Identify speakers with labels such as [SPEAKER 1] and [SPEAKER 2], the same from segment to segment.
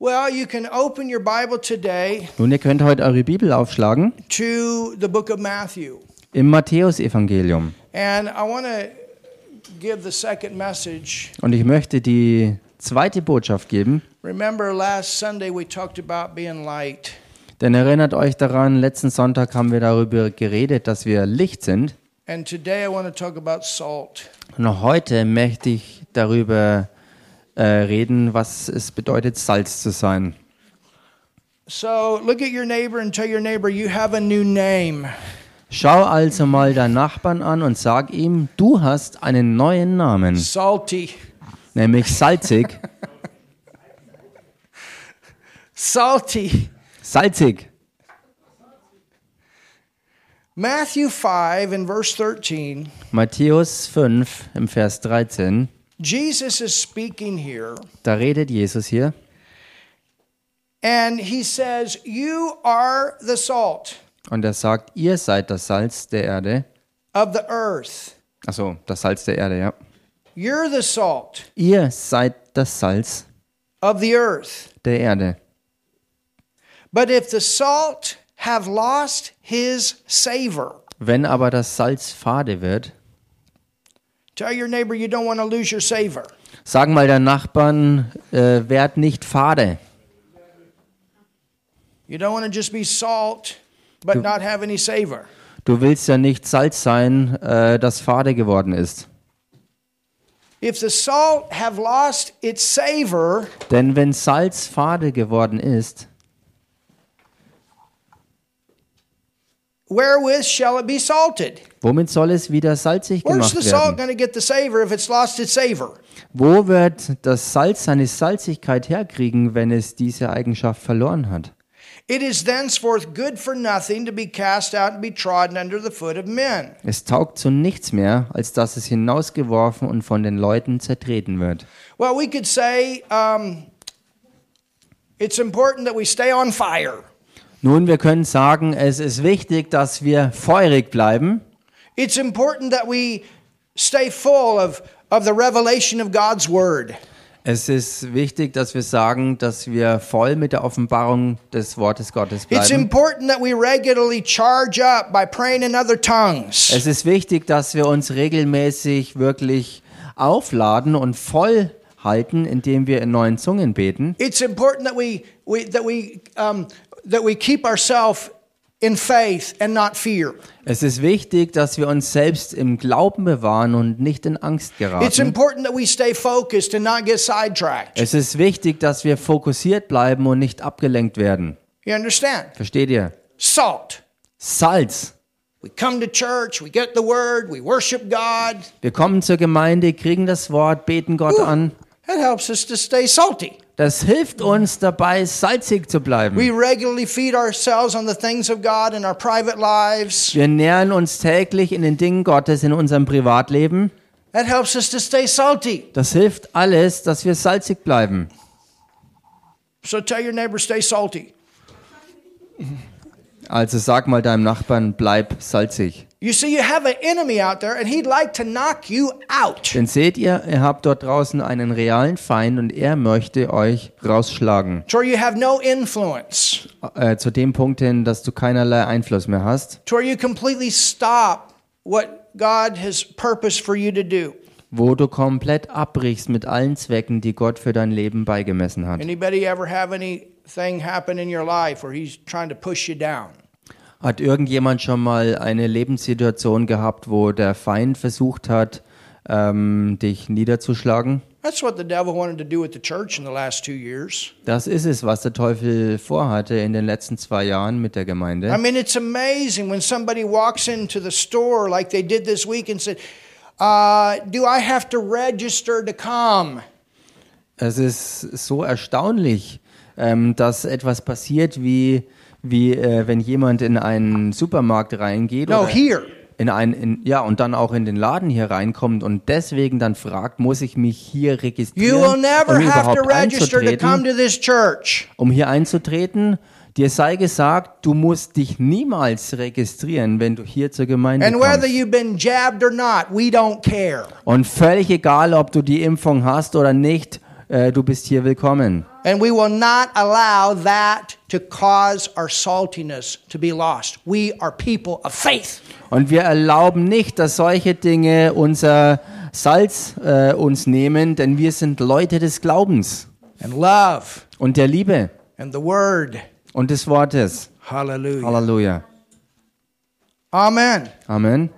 [SPEAKER 1] Well, you can open your Bible today
[SPEAKER 2] Nun, ihr könnt heute eure Bibel aufschlagen
[SPEAKER 1] to the book of Matthew.
[SPEAKER 2] im Matthäusevangelium.
[SPEAKER 1] And I want to give the second message.
[SPEAKER 2] Und ich möchte die zweite Botschaft geben,
[SPEAKER 1] Remember, last Sunday we talked about being light.
[SPEAKER 2] denn erinnert euch daran, letzten Sonntag haben wir darüber geredet, dass wir Licht sind.
[SPEAKER 1] And today I want to talk about salt.
[SPEAKER 2] Und heute möchte ich darüber äh, reden, was es bedeutet, Salz zu sein.
[SPEAKER 1] So look at your neighbor and tell your neighbor, you have a new name.
[SPEAKER 2] Schau also mal deinen Nachbarn an und sag ihm, du hast einen neuen Namen,
[SPEAKER 1] Salty.
[SPEAKER 2] nämlich Salzig.
[SPEAKER 1] Salty.
[SPEAKER 2] Salzig.
[SPEAKER 1] Matthew 5 and verse 13,
[SPEAKER 2] Matthäus 5 im Vers 13,
[SPEAKER 1] Jesus is speaking here.
[SPEAKER 2] da redet Jesus hier.
[SPEAKER 1] And he says, You are the salt
[SPEAKER 2] Und er sagt, ihr seid das Salz der Erde.
[SPEAKER 1] of the earth.
[SPEAKER 2] Achso, das Salz der Erde, ja.
[SPEAKER 1] You're the salt
[SPEAKER 2] Ihr seid das Salz
[SPEAKER 1] of the earth.
[SPEAKER 2] der Erde.
[SPEAKER 1] But if the salt have lost his savor,
[SPEAKER 2] Wenn aber das Salz fade wird,
[SPEAKER 1] tell your neighbor you don't want to lose your savor.
[SPEAKER 2] sagen mal deinen Nachbarn, äh, werd nicht fade.
[SPEAKER 1] You don't want to just be salt but not have any savor.
[SPEAKER 2] Du willst ja nicht Salz sein, äh, das fade geworden ist.
[SPEAKER 1] If the salt have lost its savor,
[SPEAKER 2] Denn wenn Salz fade geworden ist,
[SPEAKER 1] wherewith shall it be salted?
[SPEAKER 2] womit soll es wieder salzig
[SPEAKER 1] Where's
[SPEAKER 2] gemacht
[SPEAKER 1] the salt
[SPEAKER 2] werden?
[SPEAKER 1] going to get the savor if it's lost its savor?
[SPEAKER 2] Wo wird das Salz seine Salzigkeit herkriegen, wenn es diese Eigenschaft verloren hat?
[SPEAKER 1] It is thenceforth good for nothing to be cast out and be trodden under the foot of men.
[SPEAKER 2] Es taugt zu nichts mehr, als dass es hinausgeworfen und von den Leuten zertreten wird.
[SPEAKER 1] Well, we could say um, it's important that we stay on fire.
[SPEAKER 2] Nun, wir können sagen, es ist wichtig, dass wir feurig bleiben.
[SPEAKER 1] It's important that we stay full of, of the revelation of God's word.
[SPEAKER 2] Es ist wichtig, dass wir sagen, dass wir voll mit der Offenbarung des Wortes Gottes
[SPEAKER 1] It's
[SPEAKER 2] bleiben.
[SPEAKER 1] important that we regularly charge up by praying in other tongues.
[SPEAKER 2] Es ist wichtig, dass wir uns regelmäßig wirklich aufladen und voll halten, indem wir in neuen Zungen beten.
[SPEAKER 1] It's important that we, we that we um, that we keep ourselves in faith and not fear.
[SPEAKER 2] Es ist wichtig, dass wir uns selbst im Glauben bewahren und nicht in Angst
[SPEAKER 1] It's
[SPEAKER 2] geraten.
[SPEAKER 1] important that we stay focused and not get sidetracked.
[SPEAKER 2] Es ist wichtig, dass wir fokussiert bleiben und nicht abgelenkt werden.
[SPEAKER 1] You understand?
[SPEAKER 2] Versteht ihr?
[SPEAKER 1] Salt.
[SPEAKER 2] Salz.
[SPEAKER 1] We come to church, we get the word, we worship God.
[SPEAKER 2] Wir kommen zur Gemeinde, kriegen das Wort, beten Gott an.
[SPEAKER 1] That helps us to stay salty.
[SPEAKER 2] Das hilft uns dabei, salzig zu bleiben.
[SPEAKER 1] We regularly feed ourselves on the things of God in our private lives.
[SPEAKER 2] Wir nähern uns täglich in den Dingen Gottes in unserem Privatleben.
[SPEAKER 1] That helps us to stay salty.
[SPEAKER 2] Das hilft alles, dass wir salzig bleiben.
[SPEAKER 1] So tell your neighbor, stay salty.
[SPEAKER 2] Also sag mal deinem Nachbarn, bleib salzig.
[SPEAKER 1] You see, you have an enemy out there and he'd like to knock you out.
[SPEAKER 2] Denn seht ihr, ihr habt dort draußen einen realen Feind und er möchte euch rausschlagen.
[SPEAKER 1] To where you have no influence,
[SPEAKER 2] Äh, zu dem Punkt hin, dass du keinerlei Einfluss mehr hast,
[SPEAKER 1] to where you completely stop what God has purposed for you to do.
[SPEAKER 2] wo du komplett abbrichst mit allen Zwecken, die Gott für dein Leben beigemessen hat.
[SPEAKER 1] Anybody ever have anything happen in your life where he's trying to push you down?
[SPEAKER 2] Hat irgendjemand schon mal eine Lebenssituation gehabt, wo der Feind versucht hat, ähm, dich niederzuschlagen?
[SPEAKER 1] That's what the devil wanted to do with the church in the last two years.
[SPEAKER 2] Das ist es, was der Teufel vorhatte in den letzten zwei Jahren mit der
[SPEAKER 1] I
[SPEAKER 2] Gemeinde.
[SPEAKER 1] mean, it's amazing when somebody walks into the store like they did this week and said, uh, Do I have to register to come?
[SPEAKER 2] Es ist so erstaunlich, ähm, dass etwas passiert, wie, wie äh, wenn jemand in einen Supermarkt reingeht.
[SPEAKER 1] No,
[SPEAKER 2] oder
[SPEAKER 1] here.
[SPEAKER 2] in einen, in, ja, und dann auch in den Laden hier reinkommt und deswegen dann fragt, muss ich mich hier
[SPEAKER 1] You
[SPEAKER 2] registrieren,
[SPEAKER 1] will never
[SPEAKER 2] um
[SPEAKER 1] have to register
[SPEAKER 2] überhaupt
[SPEAKER 1] to
[SPEAKER 2] einzutreten?
[SPEAKER 1] come to this church.
[SPEAKER 2] um hier einzutreten, dir sei gesagt, du musst dich niemals registrieren, wenn du hier zur Gemeinde
[SPEAKER 1] And whether
[SPEAKER 2] kommst.
[SPEAKER 1] you've been jabbed or not, we don't care.
[SPEAKER 2] Und völlig egal, ob du die Impfung hast oder nicht, äh, du bist hier willkommen.
[SPEAKER 1] And we will not allow that to cause our saltiness to be lost. We are people of faith.
[SPEAKER 2] Und wir erlauben nicht, dass solche Dinge unser Salz äh, uns nehmen, denn wir sind Leute des Glaubens
[SPEAKER 1] and love
[SPEAKER 2] und der Liebe
[SPEAKER 1] and the word.
[SPEAKER 2] und des Wortes.
[SPEAKER 1] Hallelujah.
[SPEAKER 2] Halleluja.
[SPEAKER 1] Amen.
[SPEAKER 2] Amen.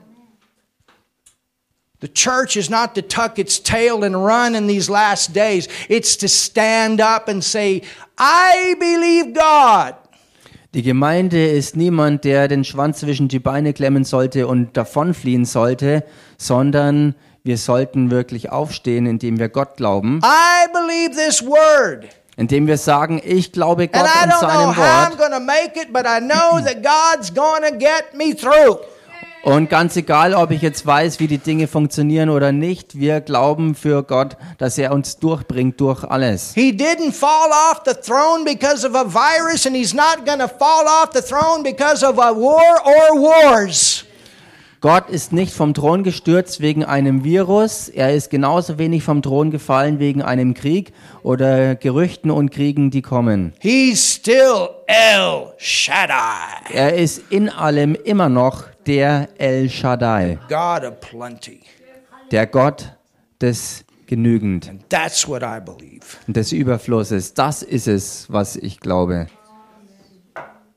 [SPEAKER 1] The church is not to tuck its tail and run in these last days. It's to stand up and say, I believe God.
[SPEAKER 2] Die Gemeinde ist niemand, der den Schwanz zwischen die Beine klemmen sollte und davonfliehen sollte, sondern wir sollten wirklich aufstehen, indem wir Gott glauben,
[SPEAKER 1] I believe this word.
[SPEAKER 2] indem wir sagen, ich glaube Gott
[SPEAKER 1] And I
[SPEAKER 2] und
[SPEAKER 1] don't know
[SPEAKER 2] seinem
[SPEAKER 1] how I'm
[SPEAKER 2] Wort.
[SPEAKER 1] going to make it, but I know that God's going to get me through.
[SPEAKER 2] Und ganz egal, ob ich jetzt weiß, wie die Dinge funktionieren oder nicht, wir glauben für Gott, dass er uns durchbringt durch alles.
[SPEAKER 1] He didn't fall off the throne because of a virus, and he's not going to fall off the throne because of a war or wars.
[SPEAKER 2] Gott ist nicht vom Thron gestürzt wegen einem Virus. Er ist genauso wenig vom Thron gefallen wegen einem Krieg oder Gerüchten und Kriegen, die kommen.
[SPEAKER 1] He's still El Shaddai,
[SPEAKER 2] Er ist in allem immer noch der El Shaddai,
[SPEAKER 1] God of plenty.
[SPEAKER 2] der Gott des Genügend
[SPEAKER 1] That's what I believe.
[SPEAKER 2] und des Überflusses. Das ist es, was ich glaube.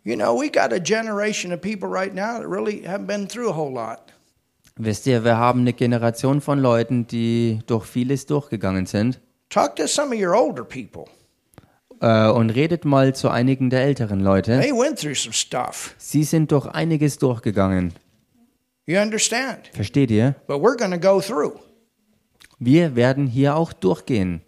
[SPEAKER 1] You know, we got a generation of people right now that really haven't been through a whole lot.
[SPEAKER 2] Wisst ihr, wir haben eine Generation von Leuten, die durch vieles durchgegangen sind.
[SPEAKER 1] Talk to some of your older people.
[SPEAKER 2] Äh, Und redet mal zu einigen der älteren Leute.
[SPEAKER 1] They went through some stuff.
[SPEAKER 2] Sie sind durch einiges durchgegangen.
[SPEAKER 1] You understand?
[SPEAKER 2] Versteht ihr?
[SPEAKER 1] But we're going to go through.
[SPEAKER 2] Wir werden hier auch durchgehen.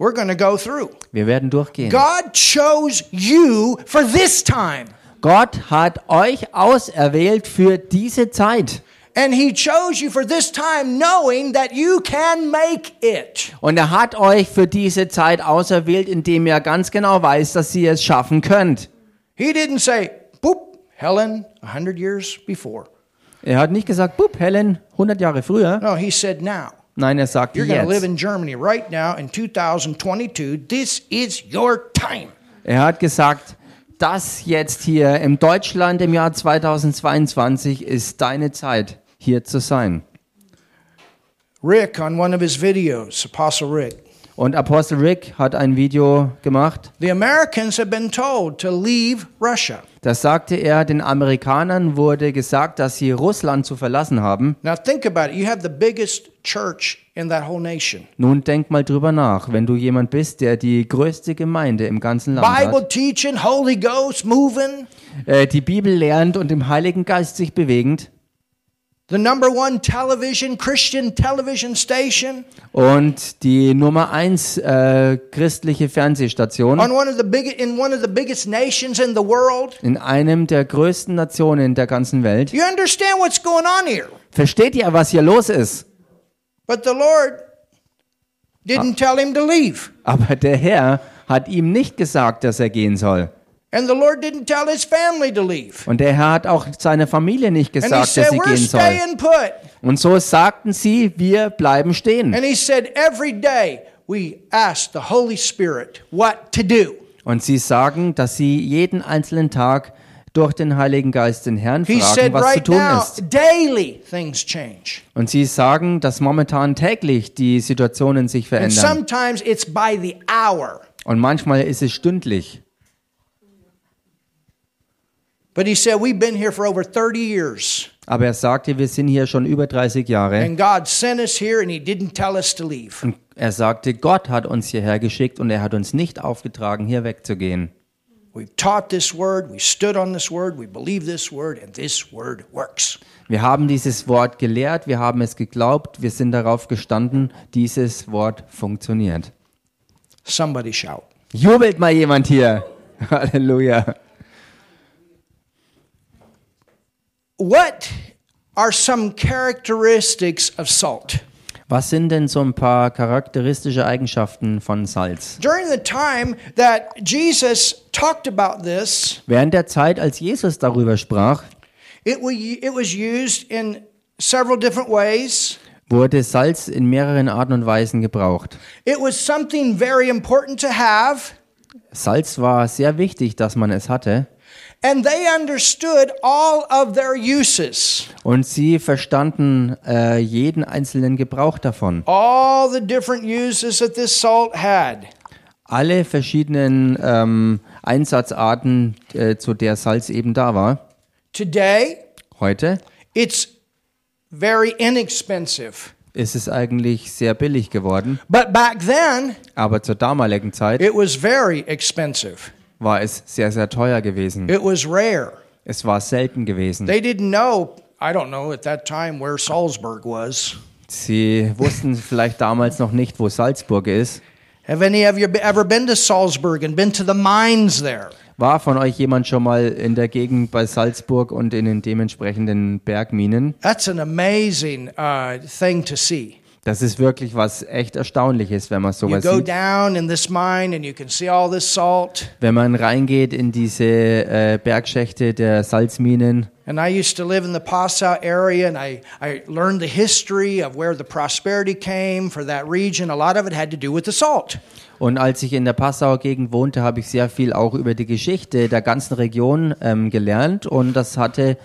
[SPEAKER 1] We're going to go through.
[SPEAKER 2] Wir werden durchgehen.
[SPEAKER 1] God chose you for this time.
[SPEAKER 2] Gott hat euch auserwählt für diese Zeit.
[SPEAKER 1] And he chose you for this time knowing that you can make it.
[SPEAKER 2] Und er hat euch für diese Zeit auserwählt, indem er ganz genau weiß, dass ihr es schaffen könnt.
[SPEAKER 1] He didn't say, boop, Helen, 100 years before.
[SPEAKER 2] Er hat nicht gesagt, Bub, Helen, 100 Jahre früher.
[SPEAKER 1] No, he said now.
[SPEAKER 2] Nein, er sagt
[SPEAKER 1] You're going to live
[SPEAKER 2] jetzt.
[SPEAKER 1] in Germany right now in 2022. This is your time.
[SPEAKER 2] Er hat gesagt, das jetzt hier im Deutschland im Jahr 2022 ist deine Zeit, hier zu sein.
[SPEAKER 1] Rick, on one of his videos, Apostle Rick,
[SPEAKER 2] Und Apostel Rick hat ein Video gemacht,
[SPEAKER 1] the Americans have been told to leave Russia.
[SPEAKER 2] da sagte er, den Amerikanern wurde gesagt, dass sie Russland zu verlassen haben.
[SPEAKER 1] Now, think about it. You have the biggest church in that whole nation.
[SPEAKER 2] Nun denk mal drüber nach, wenn du jemand bist, der die größte Gemeinde im ganzen Land hat.
[SPEAKER 1] Bible teaching, Holy Ghost moving.
[SPEAKER 2] äh, die Bibel lernt und im Heiligen Geist sich bewegend
[SPEAKER 1] The number one television, Christian television station
[SPEAKER 2] und die Nummer 1 äh, christliche Fernsehstation
[SPEAKER 1] on one of the big, in one of the biggest nations in the world.
[SPEAKER 2] in einem der größten Nationen der ganzen Welt.
[SPEAKER 1] You understand what's going on here.
[SPEAKER 2] Versteht ihr, was hier los ist?
[SPEAKER 1] But the Lord didn't tell him to leave.
[SPEAKER 2] Aber der Herr hat ihm nicht gesagt, dass er gehen soll.
[SPEAKER 1] And the Lord didn't tell his family to leave.
[SPEAKER 2] Und der Herr hat auch seiner Familie nicht
[SPEAKER 1] And he
[SPEAKER 2] gesagt, dass
[SPEAKER 1] said,
[SPEAKER 2] sie
[SPEAKER 1] We're
[SPEAKER 2] gehen soll.
[SPEAKER 1] staying put.
[SPEAKER 2] Und so sagten sie, wir bleiben stehen.
[SPEAKER 1] And he said, Every day we ask the Holy Spirit what to do.
[SPEAKER 2] Und sie sagen, dass sie jeden einzelnen Tag durch den Heiligen Geist den Herrn
[SPEAKER 1] He
[SPEAKER 2] fragen,
[SPEAKER 1] said,
[SPEAKER 2] was zu
[SPEAKER 1] Right
[SPEAKER 2] tun
[SPEAKER 1] now,
[SPEAKER 2] ist.
[SPEAKER 1] daily things change.
[SPEAKER 2] Und sie sagen, dass momentan täglich die Situationen sich
[SPEAKER 1] And
[SPEAKER 2] verändern.
[SPEAKER 1] sometimes it's by the hour.
[SPEAKER 2] Und manchmal ist es stündlich.
[SPEAKER 1] But he said, We've been here for over 30 years.
[SPEAKER 2] Aber er sagte, wir sind hier schon über 30 Jahre.
[SPEAKER 1] And God sent us here and he didn't tell us to leave.
[SPEAKER 2] Und er sagte, Gott hat uns hierher geschickt und er hat uns nicht aufgetragen, hier wegzugehen.
[SPEAKER 1] We've taught this word, we stood on this word, we believe this word, and this word works.
[SPEAKER 2] Wir haben dieses Wort gelehrt, wir haben es geglaubt, wir sind darauf gestanden, dieses Wort funktioniert.
[SPEAKER 1] Somebody shout.
[SPEAKER 2] Jubelt mal jemand hier. Halleluja.
[SPEAKER 1] What are some characteristics of salt?
[SPEAKER 2] Was sind denn so ein paar charakteristische Eigenschaften von Salz?
[SPEAKER 1] During the time that Jesus talked about this,
[SPEAKER 2] Während der Zeit, als Jesus darüber sprach,
[SPEAKER 1] it, wa- it was used in several different ways.
[SPEAKER 2] wurde Salz in mehreren Arten und Weisen gebraucht.
[SPEAKER 1] It was something very important to have.
[SPEAKER 2] Salz war sehr wichtig, dass man es hatte.
[SPEAKER 1] And they understood all of their uses,
[SPEAKER 2] Und sie verstanden äh, jeden einzelnen Gebrauch davon.
[SPEAKER 1] all the different uses that this salt had.
[SPEAKER 2] Alle verschiedenen ähm, Einsatzarten, äh, zu der Salz eben da war.
[SPEAKER 1] Today,
[SPEAKER 2] Heute
[SPEAKER 1] it's very inexpensive.
[SPEAKER 2] ist es eigentlich sehr billig geworden,
[SPEAKER 1] But back then,
[SPEAKER 2] aber zur damaligen Zeit
[SPEAKER 1] it was very expensive.
[SPEAKER 2] war es sehr, sehr teuer gewesen.
[SPEAKER 1] It was rare.
[SPEAKER 2] Es war selten gewesen.
[SPEAKER 1] They didn't know, I don't know at that time where Salzburg was.
[SPEAKER 2] Sie wussten vielleicht damals noch nicht, wo Salzburg ist.
[SPEAKER 1] Have any of you ever been to Salzburg and been to the mines there?
[SPEAKER 2] War von euch jemand schon mal in der Gegend bei Salzburg und in den dementsprechenden Bergminen?
[SPEAKER 1] That's an amazing uh, thing to see.
[SPEAKER 2] Das ist wirklich was echt Erstaunliches, wenn man
[SPEAKER 1] You
[SPEAKER 2] sowas
[SPEAKER 1] go
[SPEAKER 2] sieht.
[SPEAKER 1] down in this mine and you can see all this salt.
[SPEAKER 2] Wenn man reingeht in diese äh, Bergschächte der Salzminen.
[SPEAKER 1] And I used to live in the Passau area and I, I learned the history of where the prosperity came for that region. A lot of it had to do with the salt.
[SPEAKER 2] Und als ich in der Passauer Gegend wohnte, habe ich sehr viel auch über die Geschichte der ganzen Region ähm, gelernt. Und das hatte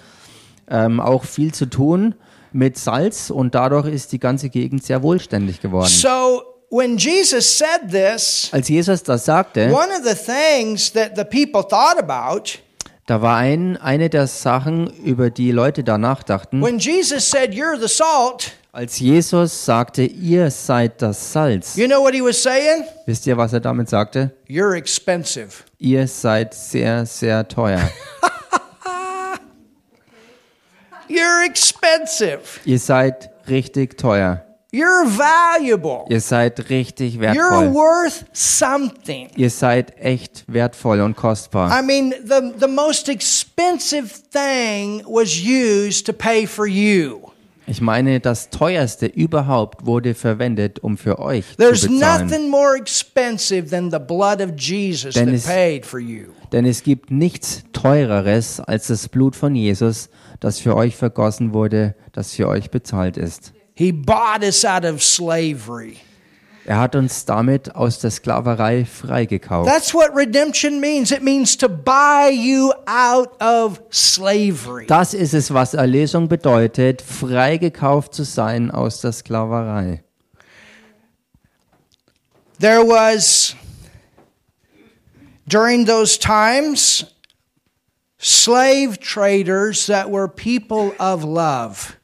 [SPEAKER 2] ähm, auch viel zu tun mit Salz. Und dadurch ist die ganze Gegend sehr wohlständig geworden.
[SPEAKER 1] So when Jesus said this,
[SPEAKER 2] Als Jesus das sagte,
[SPEAKER 1] one of the things that the people thought about
[SPEAKER 2] da war ein, eine der Sachen, über die Leute da nachdachten.
[SPEAKER 1] when Jesus said, You're the salt,
[SPEAKER 2] Als Jesus sagte, ihr seid das Salz,
[SPEAKER 1] you know what he was saying?
[SPEAKER 2] wisst ihr, was er damit sagte?
[SPEAKER 1] You're expensive.
[SPEAKER 2] Ihr seid sehr, sehr teuer.
[SPEAKER 1] You're expensive.
[SPEAKER 2] ihr seid richtig teuer.
[SPEAKER 1] You're valuable.
[SPEAKER 2] Ihr seid richtig
[SPEAKER 1] You're
[SPEAKER 2] wertvoll.
[SPEAKER 1] worth something.
[SPEAKER 2] Ihr seid echt wertvoll und kostbar.
[SPEAKER 1] I mean, the, the most expensive thing was used to pay for you.
[SPEAKER 2] Ich meine, das teuerste überhaupt wurde verwendet, um für euch zu
[SPEAKER 1] There's
[SPEAKER 2] bezahlen.
[SPEAKER 1] nothing more expensive than the blood of Jesus
[SPEAKER 2] Then
[SPEAKER 1] that
[SPEAKER 2] it's-
[SPEAKER 1] paid for you.
[SPEAKER 2] Denn es gibt nichts teureres als das Blut von Jesus, das für euch vergossen wurde, das für euch bezahlt ist.
[SPEAKER 1] He bought us out of slavery.
[SPEAKER 2] Er hat uns damit aus der Sklaverei freigekauft.
[SPEAKER 1] That's what redemption means. It means to buy you out of slavery.
[SPEAKER 2] Das ist es, was Erlösung bedeutet, freigekauft zu sein aus der Sklaverei.
[SPEAKER 1] There was, during those times, slave traders that were people of love.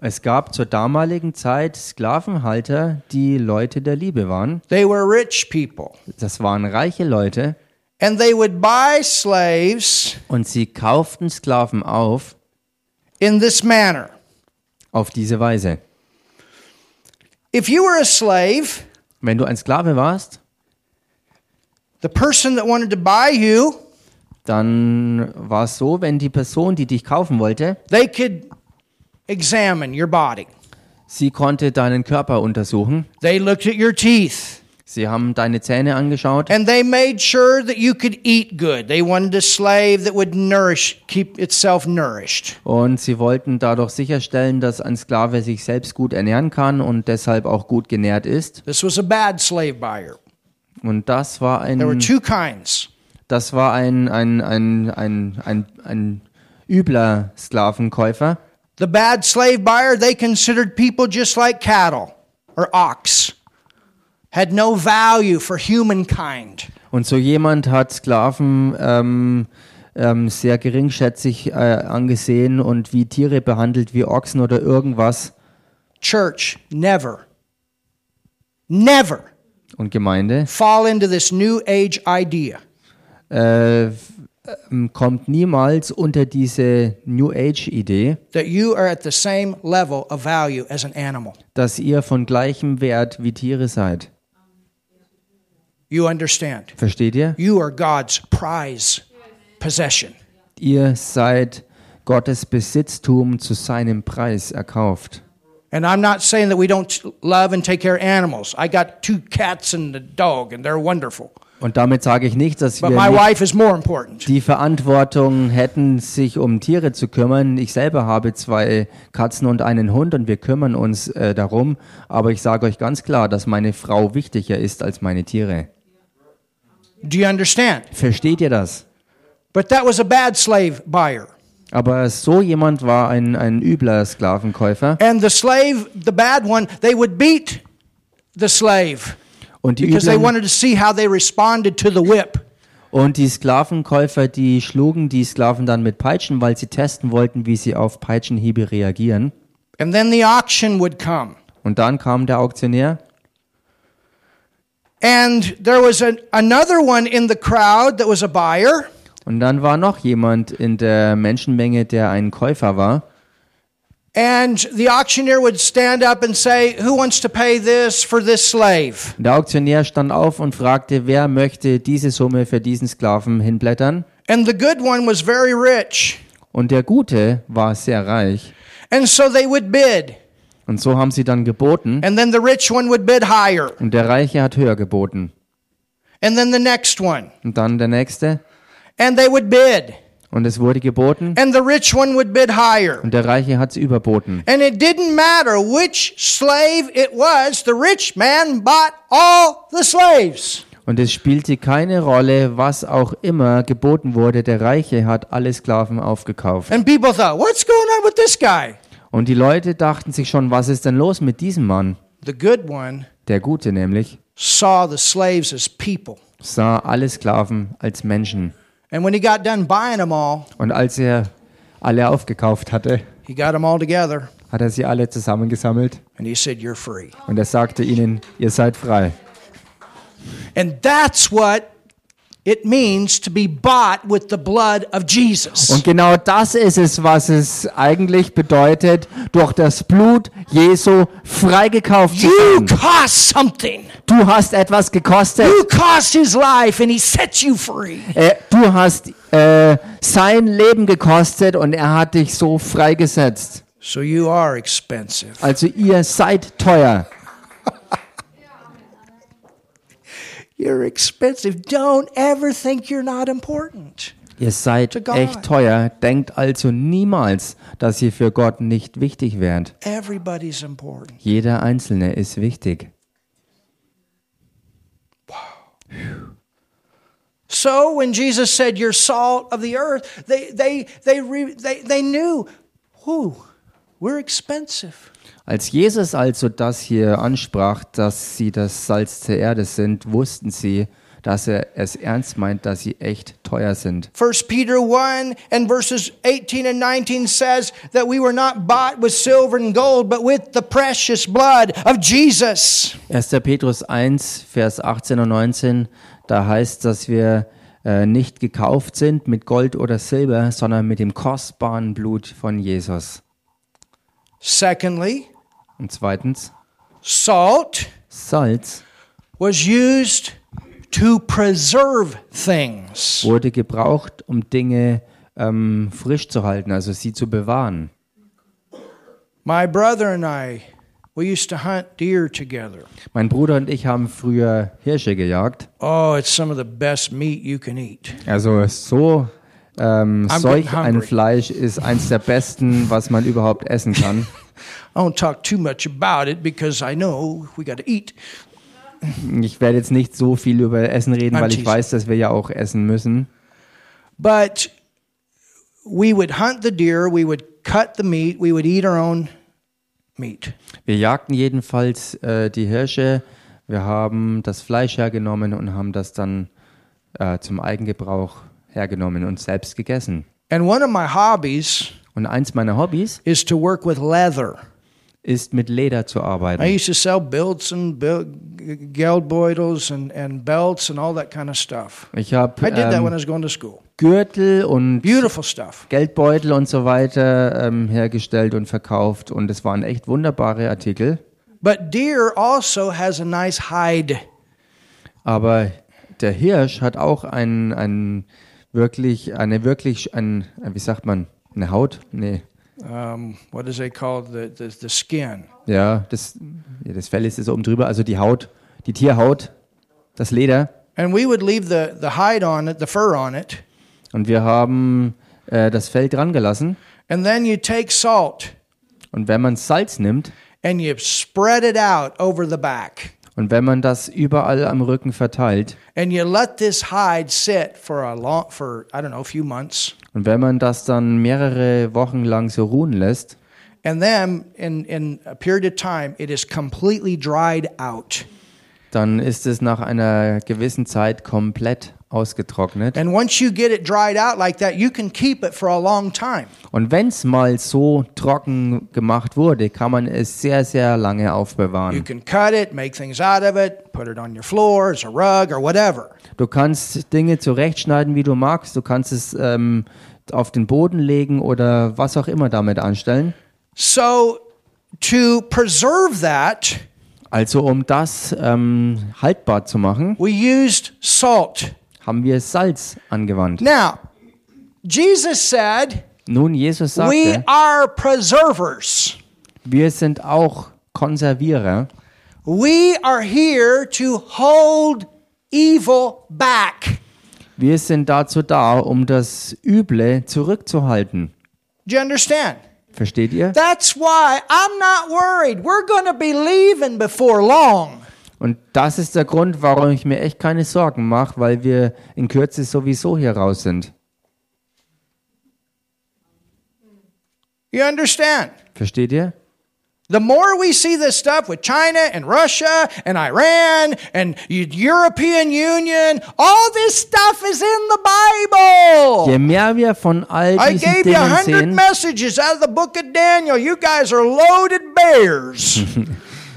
[SPEAKER 2] Es gab zur damaligen Zeit Sklavenhalter, die Leute der Liebe waren.
[SPEAKER 1] They were rich people.
[SPEAKER 2] Das waren reiche Leute
[SPEAKER 1] And they would buy slaves
[SPEAKER 2] und sie kauften Sklaven auf
[SPEAKER 1] in this manner.
[SPEAKER 2] auf diese Weise.
[SPEAKER 1] If you were a slave,
[SPEAKER 2] Wenn du ein Sklave warst,
[SPEAKER 1] the person that wanted to buy you,
[SPEAKER 2] dann war es so, wenn die Person, die dich kaufen wollte,
[SPEAKER 1] they could examine your body.
[SPEAKER 2] sie konnte deinen Körper untersuchen,
[SPEAKER 1] They looked at your teeth.
[SPEAKER 2] sie haben deine Zähne angeschaut
[SPEAKER 1] And they made sure that you could eat good. They wanted a slave that would nourish, keep itself nourished.
[SPEAKER 2] und sie wollten dadurch sicherstellen, dass ein Sklave sich selbst gut ernähren kann und deshalb auch gut genährt ist.
[SPEAKER 1] This was a bad slave buyer.
[SPEAKER 2] Und das war
[SPEAKER 1] There were
[SPEAKER 2] ein,
[SPEAKER 1] two kinds.
[SPEAKER 2] das war ein, ein, ein, ein, ein, ein übler Sklavenkäufer.
[SPEAKER 1] The bad slave buyer, they considered people just like cattle or ox, had no value for humankind.
[SPEAKER 2] Und so jemand hat Sklaven ähm, ähm, sehr geringschätzig äh, angesehen und wie Tiere behandelt, wie Ochsen oder irgendwas.
[SPEAKER 1] Church, never, never
[SPEAKER 2] und Gemeinde,
[SPEAKER 1] fall into this new age idea.
[SPEAKER 2] äh, f- ähm, kommt niemals unter diese New Age-Idee,
[SPEAKER 1] That you are at the same level of value as an animal.
[SPEAKER 2] dass ihr von gleichem Wert wie Tiere seid.
[SPEAKER 1] You understand?
[SPEAKER 2] Versteht ihr?
[SPEAKER 1] You are God's prize possession.
[SPEAKER 2] Ihr seid Gottes Besitztum zu seinem Preis erkauft.
[SPEAKER 1] And I'm not saying that we don't love and take care of animals. I got two cats and a dog, and they're wonderful.
[SPEAKER 2] Und damit sage ich nicht, dass wir
[SPEAKER 1] But my
[SPEAKER 2] nicht
[SPEAKER 1] wife is more important.
[SPEAKER 2] die Verantwortung hätten, sich um Tiere zu kümmern. Ich selber habe zwei Katzen und einen Hund und wir kümmern uns äh, darum. Aber ich sage euch ganz klar, dass meine Frau wichtiger ist als meine Tiere.
[SPEAKER 1] Do you understand?
[SPEAKER 2] Versteht ihr das?
[SPEAKER 1] But that was a bad slave buyer.
[SPEAKER 2] Aber so jemand war ein, ein übler Sklavenkäufer.
[SPEAKER 1] And the slave, the bad one, they would beat the slave
[SPEAKER 2] Und die,
[SPEAKER 1] because they
[SPEAKER 2] üblen,
[SPEAKER 1] wanted to see how they responded to the whip.
[SPEAKER 2] und die Sklavenkäufer, die schlugen die Sklaven dann mit Peitschen, weil sie testen wollten, wie sie auf Peitschenhiebe reagieren.
[SPEAKER 1] And then the auction would come.
[SPEAKER 2] Und dann kam der Auktionär.
[SPEAKER 1] And there was an, another one in the crowd that was a buyer.
[SPEAKER 2] Und dann war noch jemand in der Menschenmenge, der ein Käufer war.
[SPEAKER 1] And the auctioneer would stand up and say, Who wants to pay this for this slave?
[SPEAKER 2] Der Auktionär stand auf und fragte, wer möchte diese Summe für diesen Sklaven hinblättern.
[SPEAKER 1] And the good one was very rich.
[SPEAKER 2] Und der Gute war sehr reich.
[SPEAKER 1] And so they would bid.
[SPEAKER 2] Und so haben sie dann geboten.
[SPEAKER 1] And then the rich one would bid higher.
[SPEAKER 2] Und der Reiche hat höher geboten.
[SPEAKER 1] And then the next one.
[SPEAKER 2] Und dann der Nächste.
[SPEAKER 1] And they would bid.
[SPEAKER 2] Und es wurde geboten.
[SPEAKER 1] And the rich one would bid higher.
[SPEAKER 2] Und der Reiche hat es überboten.
[SPEAKER 1] And it didn't matter which slave it was, the rich man bought all the slaves.
[SPEAKER 2] Und es spielte keine Rolle, was auch immer geboten wurde. Der Reiche hat alle Sklaven aufgekauft.
[SPEAKER 1] And people thought, What's going on with this guy?
[SPEAKER 2] Und die Leute dachten sich schon, was ist denn los mit diesem Mann?
[SPEAKER 1] The good one
[SPEAKER 2] Der Gute nämlich
[SPEAKER 1] saw the slaves as people.
[SPEAKER 2] sah alle Sklaven als Menschen.
[SPEAKER 1] And when he got done buying them all,
[SPEAKER 2] Und als er alle aufgekauft hatte,
[SPEAKER 1] he got them all together
[SPEAKER 2] hat er sie alle zusammengesammelt
[SPEAKER 1] and he said, You're free.
[SPEAKER 2] und er sagte ihnen, ihr seid frei.
[SPEAKER 1] And that's what it means to be bought with the blood of Jesus.
[SPEAKER 2] Und genau das ist es, was es eigentlich bedeutet, durch das Blut Jesu freigekauft zu
[SPEAKER 1] You
[SPEAKER 2] sein.
[SPEAKER 1] cost something.
[SPEAKER 2] Du hast etwas gekostet.
[SPEAKER 1] You cost his life and he set you free.
[SPEAKER 2] Äh, du hast äh, sein Leben gekostet und er hat dich so freigesetzt.
[SPEAKER 1] So you are expensive.
[SPEAKER 2] Also ihr seid teuer.
[SPEAKER 1] You're expensive. Don't ever think you're not important.
[SPEAKER 2] Ihr seid
[SPEAKER 1] God.
[SPEAKER 2] echt teuer. Denkt also niemals, dass ihr für Gott nicht wichtig wärt.
[SPEAKER 1] Everybody's important.
[SPEAKER 2] Jeder Einzelne ist wichtig.
[SPEAKER 1] So when Jesus said, You're salt of the earth, they, they, they, re, they, they knew, whoo, we're expensive.
[SPEAKER 2] Als Jesus also das hier ansprach, dass sie das Salz der Erde sind, wussten sie, dass er es ernst meint, dass sie echt teuer sind.
[SPEAKER 1] 1 Peter 1 and verses 18 and 19 says that we were not bought with silver and gold, but with the precious blood of Jesus.
[SPEAKER 2] 1. Petrus 1, Vers 18 und 19, da heißt, dass wir äh, nicht gekauft sind mit Gold oder Silber, sondern mit dem kostbaren Blut von Jesus.
[SPEAKER 1] Secondly,
[SPEAKER 2] Und zweitens,
[SPEAKER 1] salt
[SPEAKER 2] Salz
[SPEAKER 1] was used to preserve things.
[SPEAKER 2] wurde gebraucht, um Dinge ähm, frisch zu halten, also sie zu bewahren.
[SPEAKER 1] My brother and I, we used to hunt deer together.
[SPEAKER 2] Mein Bruder und ich haben früher Hirsche gejagt.
[SPEAKER 1] Oh, it's some of the best meat you can eat.
[SPEAKER 2] Also so ähm,
[SPEAKER 1] I'm
[SPEAKER 2] solch
[SPEAKER 1] getting
[SPEAKER 2] ein
[SPEAKER 1] hungry.
[SPEAKER 2] Fleisch ist eins der besten, was man überhaupt essen kann.
[SPEAKER 1] I don't talk too much about it because I know we got to eat.
[SPEAKER 2] Ich werde jetzt nicht so viel über Essen reden,
[SPEAKER 1] I'm
[SPEAKER 2] weil ich
[SPEAKER 1] teasing.
[SPEAKER 2] weiß, dass wir ja auch essen müssen.
[SPEAKER 1] But we would hunt the deer, we would cut the meat, we would eat our own meat.
[SPEAKER 2] Wir jagten jedenfalls äh, die Hirsche. Wir haben das Fleisch hergenommen und haben das dann äh, zum Eigengebrauch hergenommen und selbst gegessen.
[SPEAKER 1] And one of my hobbies
[SPEAKER 2] Und eins meiner Hobbys
[SPEAKER 1] is to work with leather.
[SPEAKER 2] ist, mit Leder zu
[SPEAKER 1] I
[SPEAKER 2] arbeiten.
[SPEAKER 1] used to sell bilts and bil- g- geldbeutels and, and belts and all that kind of stuff.
[SPEAKER 2] Ich habe
[SPEAKER 1] I did that when I
[SPEAKER 2] ähm,
[SPEAKER 1] was going to school.
[SPEAKER 2] Gürtel und
[SPEAKER 1] Beautiful stuff.
[SPEAKER 2] Geldbeutel und so weiter ähm, hergestellt und verkauft und es waren echt wunderbare Artikel.
[SPEAKER 1] But deer also has a nice hide.
[SPEAKER 2] Aber der Hirsch hat auch ein, ein wirklich, eine wirklich, ein, wie sagt man, eine Haut? Nee.
[SPEAKER 1] Um, what is it called? The, the, the skin.
[SPEAKER 2] Ja, das, ja, das Fell ist so oben drüber, also die Haut, die Tierhaut, das Leder.
[SPEAKER 1] And we would leave the, the hide on it, the fur on it.
[SPEAKER 2] Und wir haben äh, das Fell dran gelassen.
[SPEAKER 1] And then you take salt
[SPEAKER 2] Und wenn man Salz nimmt
[SPEAKER 1] and you spread it out over the back.
[SPEAKER 2] Und wenn man das überall am Rücken verteilt
[SPEAKER 1] and you let this hide sit for a long, for I don't know, a few months,
[SPEAKER 2] und wenn man das dann mehrere Wochen lang so ruhen lässt,
[SPEAKER 1] and then in in a period of time, it is completely dried out.
[SPEAKER 2] dann ist es nach einer gewissen Zeit komplett ausgetrocknet.
[SPEAKER 1] And once you get it dried out like that, you can keep it for a long time.
[SPEAKER 2] Und wenn es mal so trocken gemacht wurde, kann man es sehr, sehr lange aufbewahren.
[SPEAKER 1] You can cut it, make things out of it, put it on your floor as a rug or whatever.
[SPEAKER 2] Du kannst Dinge zurechtschneiden, wie du magst. Du kannst es ähm, auf den Boden legen oder was auch immer damit anstellen.
[SPEAKER 1] So to preserve that,
[SPEAKER 2] Also um das ähm, haltbar zu machen,
[SPEAKER 1] we used salt.
[SPEAKER 2] haben wir Salz angewandt.
[SPEAKER 1] Now, Jesus said,
[SPEAKER 2] Nun, Jesus
[SPEAKER 1] We
[SPEAKER 2] sagte,
[SPEAKER 1] are preservers.
[SPEAKER 2] wir sind auch Konservierer.
[SPEAKER 1] We are here to hold evil back.
[SPEAKER 2] Wir sind dazu da, um das Üble zurückzuhalten.
[SPEAKER 1] Do you understand?
[SPEAKER 2] Versteht ihr?
[SPEAKER 1] That's why I'm not worried. We're going to be leaving before long.
[SPEAKER 2] Und das ist der Grund, warum ich mir echt keine Sorgen mache, weil wir in Kürze sowieso hier raus sind.
[SPEAKER 1] You understand?
[SPEAKER 2] Versteht ihr?
[SPEAKER 1] The more we see this stuff with China and Russia and Iran and Eu- European Union, all this stuff is in the Bible.
[SPEAKER 2] Je mehr wir von all
[SPEAKER 1] I
[SPEAKER 2] diesen
[SPEAKER 1] gave you a
[SPEAKER 2] Dingen
[SPEAKER 1] hundred
[SPEAKER 2] sehen,
[SPEAKER 1] messages out of the book of Daniel. You guys are loaded bears.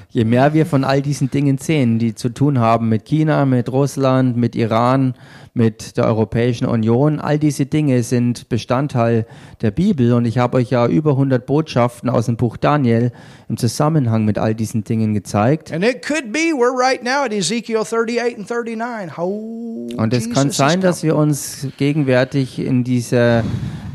[SPEAKER 2] je mehr wir von all diesen Dingen sehen, die zu tun haben mit China, mit Russland, mit Iran, mit der Europäischen Union, all diese Dinge sind Bestandteil der Bibel und ich habe euch ja über 100 Botschaften aus dem Buch Daniel im Zusammenhang mit all diesen Dingen gezeigt.
[SPEAKER 1] and it could be we're right now at Ezekiel 38 and 39. Oh,
[SPEAKER 2] Und es
[SPEAKER 1] Jesus
[SPEAKER 2] kann
[SPEAKER 1] is
[SPEAKER 2] sein, dass wir uns gegenwärtig in dieser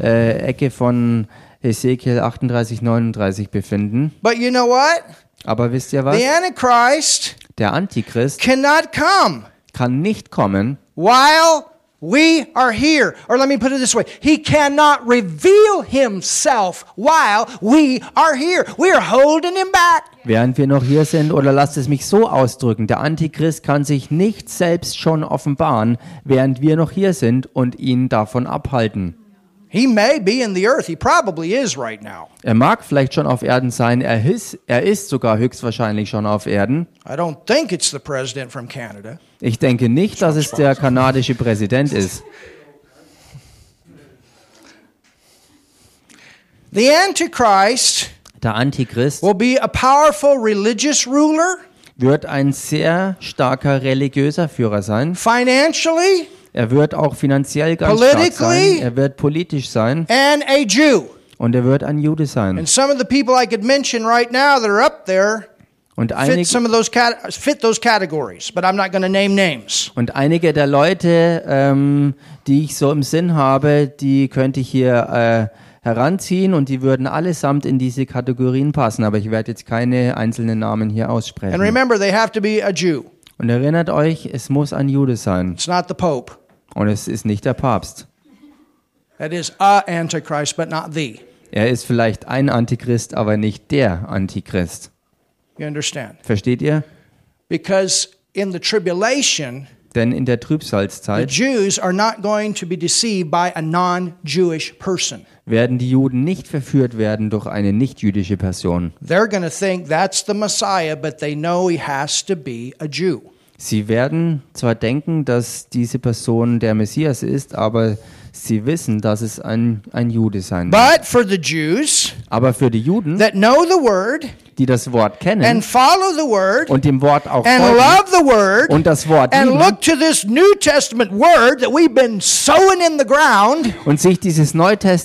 [SPEAKER 2] äh, Ecke von Ezekiel 38, 39 befinden.
[SPEAKER 1] coming. But you know what?
[SPEAKER 2] Aber wisst ihr was?
[SPEAKER 1] The Antichrist
[SPEAKER 2] Der Antichrist
[SPEAKER 1] cannot come
[SPEAKER 2] kann nicht kommen,
[SPEAKER 1] while we are here. Or let me put it this way He cannot reveal himself while we are here. We are holding him back.
[SPEAKER 2] während wir noch hier sind. Oder lasst es mich so ausdrücken. Der Antichrist kann sich nicht selbst schon offenbaren, während wir noch hier sind und ihn davon abhalten.
[SPEAKER 1] He may be in the earth. He probably is right now.
[SPEAKER 2] Er mag vielleicht schon auf Erden sein, er ist, er ist sogar höchstwahrscheinlich schon auf Erden.
[SPEAKER 1] I don't think it's the president from Canada.
[SPEAKER 2] Ich denke nicht, dass es der kanadische Präsident ist.
[SPEAKER 1] The Antichrist
[SPEAKER 2] Der Antichrist
[SPEAKER 1] will be a powerful religious ruler
[SPEAKER 2] wird ein sehr starker religiöser Führer sein.
[SPEAKER 1] financially
[SPEAKER 2] Er wird auch finanziell ganz stark sein.
[SPEAKER 1] Politically?
[SPEAKER 2] Er wird politisch sein
[SPEAKER 1] and a Jew.
[SPEAKER 2] und er wird ein Jude sein.
[SPEAKER 1] And some of the people I could mention right now that are up there
[SPEAKER 2] Und
[SPEAKER 1] fit
[SPEAKER 2] einige,
[SPEAKER 1] some of those cat- fit those categories, but I'm not going to name names.
[SPEAKER 2] und einige der Leute, ähm, die ich so im Sinn habe, die könnte ich hier äh, heranziehen und die würden allesamt in diese Kategorien passen. Aber ich werde jetzt keine einzelnen Namen hier
[SPEAKER 1] And
[SPEAKER 2] aussprechen.
[SPEAKER 1] remember, they have to be a Jew.
[SPEAKER 2] Und erinnert euch, es muss ein Jude sein
[SPEAKER 1] It's not the Pope.
[SPEAKER 2] und es ist nicht der Papst.
[SPEAKER 1] That is a Antichrist, but not the.
[SPEAKER 2] Er ist vielleicht ein Antichrist, aber nicht der Antichrist.
[SPEAKER 1] You understand?
[SPEAKER 2] Versteht ihr?
[SPEAKER 1] Because in the tribulation,
[SPEAKER 2] Denn in der
[SPEAKER 1] the
[SPEAKER 2] Trübsalzeit
[SPEAKER 1] Jews are not going to be deceived by a non-Jewish person.
[SPEAKER 2] werden die Juden nicht verführt werden durch eine nichtjüdische Person.
[SPEAKER 1] They're going to think that's the Messiah, but they know he has to be a Jew.
[SPEAKER 2] Sie werden zwar denken, dass diese Person der Messias ist, aber sie wissen, dass es ein, ein Jude sein wird.
[SPEAKER 1] But for the Jews
[SPEAKER 2] Aber für die Juden,
[SPEAKER 1] that know the word
[SPEAKER 2] die das Wort kennen
[SPEAKER 1] and follow the word
[SPEAKER 2] und dem Wort auch
[SPEAKER 1] and
[SPEAKER 2] folgen
[SPEAKER 1] love the word
[SPEAKER 2] und das Wort
[SPEAKER 1] and
[SPEAKER 2] lieben
[SPEAKER 1] look to this New Testament word that we've been sowing in the ground,
[SPEAKER 2] und sich dieses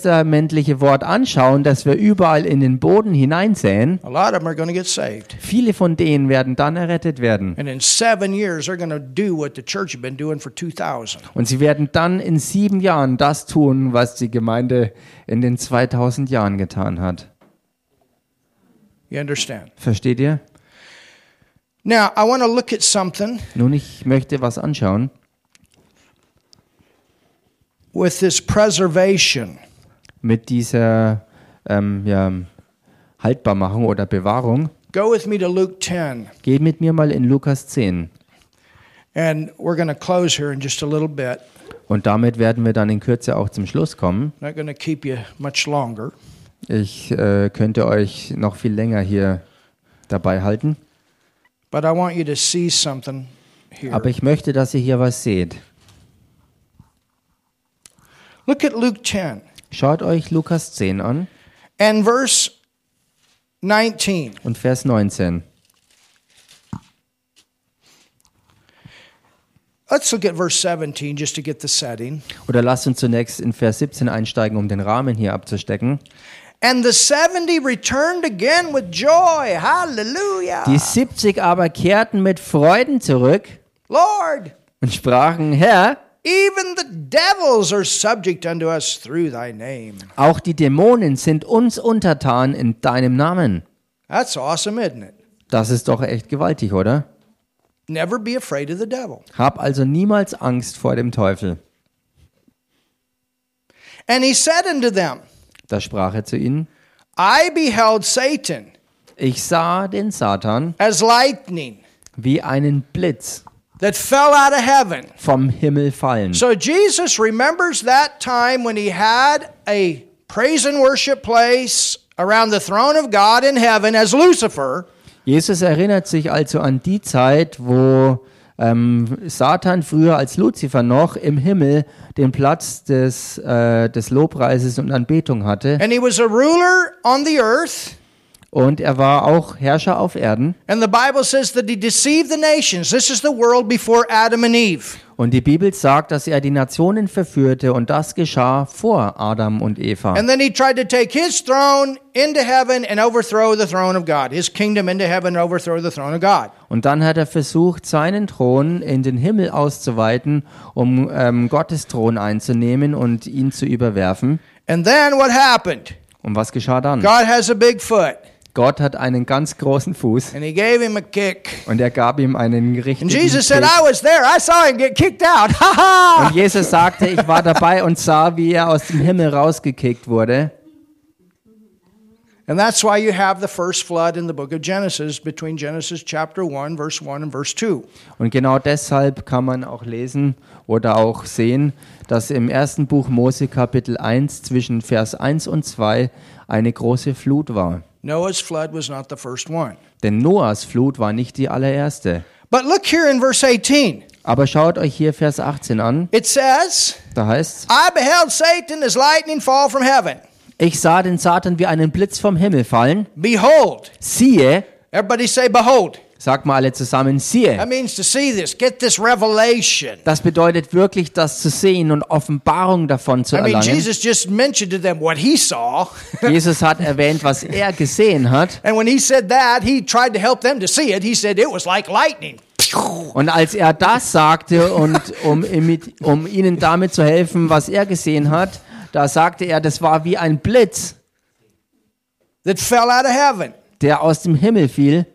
[SPEAKER 2] neutestamentliche Wort anschauen, das wir überall in den Boden hineinsäen,
[SPEAKER 1] a lot of them are going to get saved.
[SPEAKER 2] viele von denen werden dann errettet werden.
[SPEAKER 1] And in seven years, they're going to do what the church has been doing for 2,000.
[SPEAKER 2] Und sie werden dann in sieben Jahren das tun, was die Gemeinde in den 2000 Jahren getan hat.
[SPEAKER 1] You understand?
[SPEAKER 2] Versteht ihr?
[SPEAKER 1] Now, I want to look at something
[SPEAKER 2] Nun, ich möchte was anschauen
[SPEAKER 1] with this preservation.
[SPEAKER 2] mit dieser ähm, ja, Haltbarmachung oder Bewahrung.
[SPEAKER 1] Go with me to Luke 10,
[SPEAKER 2] Geht mit mir mal in Lukas 10.
[SPEAKER 1] and we're going to close here in just a little bit.
[SPEAKER 2] Und damit werden wir dann in Kürze auch zum Schluss kommen.
[SPEAKER 1] Not going to keep you much longer.
[SPEAKER 2] Ich äh, könnte euch noch viel länger hier dabei halten,
[SPEAKER 1] But I want you to see something here.
[SPEAKER 2] aber ich möchte, dass ihr hier was seht.
[SPEAKER 1] Look at Luke 10
[SPEAKER 2] Schaut euch Lukas 10 an
[SPEAKER 1] and verse 19.
[SPEAKER 2] und Vers 19.
[SPEAKER 1] Let's look at verse 17 just to get the setting.
[SPEAKER 2] Oder lasst uns zunächst in Vers 17 einsteigen, um den Rahmen hier abzustecken.
[SPEAKER 1] And the 70 returned again with joy. Hallelujah.
[SPEAKER 2] Die 70 aber kehrten mit Freuden zurück
[SPEAKER 1] Lord,
[SPEAKER 2] und sprachen, Herr,
[SPEAKER 1] even the devils are subject unto us through thy name.
[SPEAKER 2] auch die Dämonen sind uns untertan in deinem Namen.
[SPEAKER 1] That's awesome, isn't it?
[SPEAKER 2] Das ist doch echt gewaltig, oder?
[SPEAKER 1] Never be afraid of the devil.
[SPEAKER 2] Hab also niemals Angst vor dem Teufel.
[SPEAKER 1] And he said unto them,
[SPEAKER 2] Da sprach er zu ihnen,
[SPEAKER 1] I beheld Satan
[SPEAKER 2] ich sah den Satan
[SPEAKER 1] as lightning
[SPEAKER 2] wie einen Blitz
[SPEAKER 1] that fell out of heaven.
[SPEAKER 2] vom Himmel fallen.
[SPEAKER 1] So Jesus remembers that time when he had a praise and worship place around the throne of God in heaven as Lucifer.
[SPEAKER 2] Jesus erinnert sich also an die Zeit, wo ähm, Satan früher als Luzifer noch im Himmel den Platz des, äh, des Lobpreises und Anbetung hatte.
[SPEAKER 1] And he was a ruler on the earth.
[SPEAKER 2] Und er war auch Herrscher auf Erden.
[SPEAKER 1] And the Bible says that he deceived the nations. This is the world before Adam and Eve.
[SPEAKER 2] Und die Bibel sagt, dass er die Nationen verführte und das geschah vor Adam und Eva.
[SPEAKER 1] And then he tried to take his throne into heaven and overthrow the throne of God, his kingdom into heaven and overthrow the throne of God.
[SPEAKER 2] Und dann hat er versucht, seinen Thron in den Himmel auszuweiten, um ähm, Gottes Thron einzunehmen und ihn zu überwerfen.
[SPEAKER 1] And then what happened?
[SPEAKER 2] Und was geschah dann?
[SPEAKER 1] God has a big foot,
[SPEAKER 2] Gott hat einen ganz großen Fuß
[SPEAKER 1] and he gave him a kick.
[SPEAKER 2] und er gab ihm einen richtigen
[SPEAKER 1] And Jesus said,
[SPEAKER 2] Kick.
[SPEAKER 1] I was there. I saw him get kicked out. Ha ha!
[SPEAKER 2] Und Jesus sagte, ich war dabei und sah, wie er aus dem Himmel rausgekickt wurde.
[SPEAKER 1] And that's why you have the first flood in the book of Genesis between Genesis chapter 1, verse 1 and verse 2.
[SPEAKER 2] Und genau deshalb kann man auch lesen oder auch sehen, dass im ersten Buch Mose Kapitel 1 zwischen Vers 1 und 2 eine große Flut war.
[SPEAKER 1] Noah's flood was not the first one.
[SPEAKER 2] Denn Noahs Flut war nicht die allererste.
[SPEAKER 1] But look here in verse 18.
[SPEAKER 2] Aber schaut euch hier Vers 18 an.
[SPEAKER 1] It says,
[SPEAKER 2] Da heißt
[SPEAKER 1] I beheld Satan as lightning fall from heaven.
[SPEAKER 2] ich sah den Satan wie einen Blitz vom Himmel fallen.
[SPEAKER 1] Behold.
[SPEAKER 2] Siehe,
[SPEAKER 1] Everybody say, Behold.
[SPEAKER 2] sagt mal alle zusammen,
[SPEAKER 1] That
[SPEAKER 2] siehe.
[SPEAKER 1] means to see this, get this revelation.
[SPEAKER 2] Das bedeutet wirklich, das zu sehen und Offenbarung davon zu
[SPEAKER 1] I mean,
[SPEAKER 2] erlangen.
[SPEAKER 1] Jesus just mentioned to them what he saw.
[SPEAKER 2] Jesus hat erwähnt, was er gesehen hat.
[SPEAKER 1] And when he said that, he tried to help them to see it. He said, It was like lightning.
[SPEAKER 2] Und als er das sagte und um, imit- um ihnen damit zu helfen, was er gesehen hat, da sagte er, das war wie ein Blitz,
[SPEAKER 1] that fell out of heaven.
[SPEAKER 2] der aus dem Himmel fiel.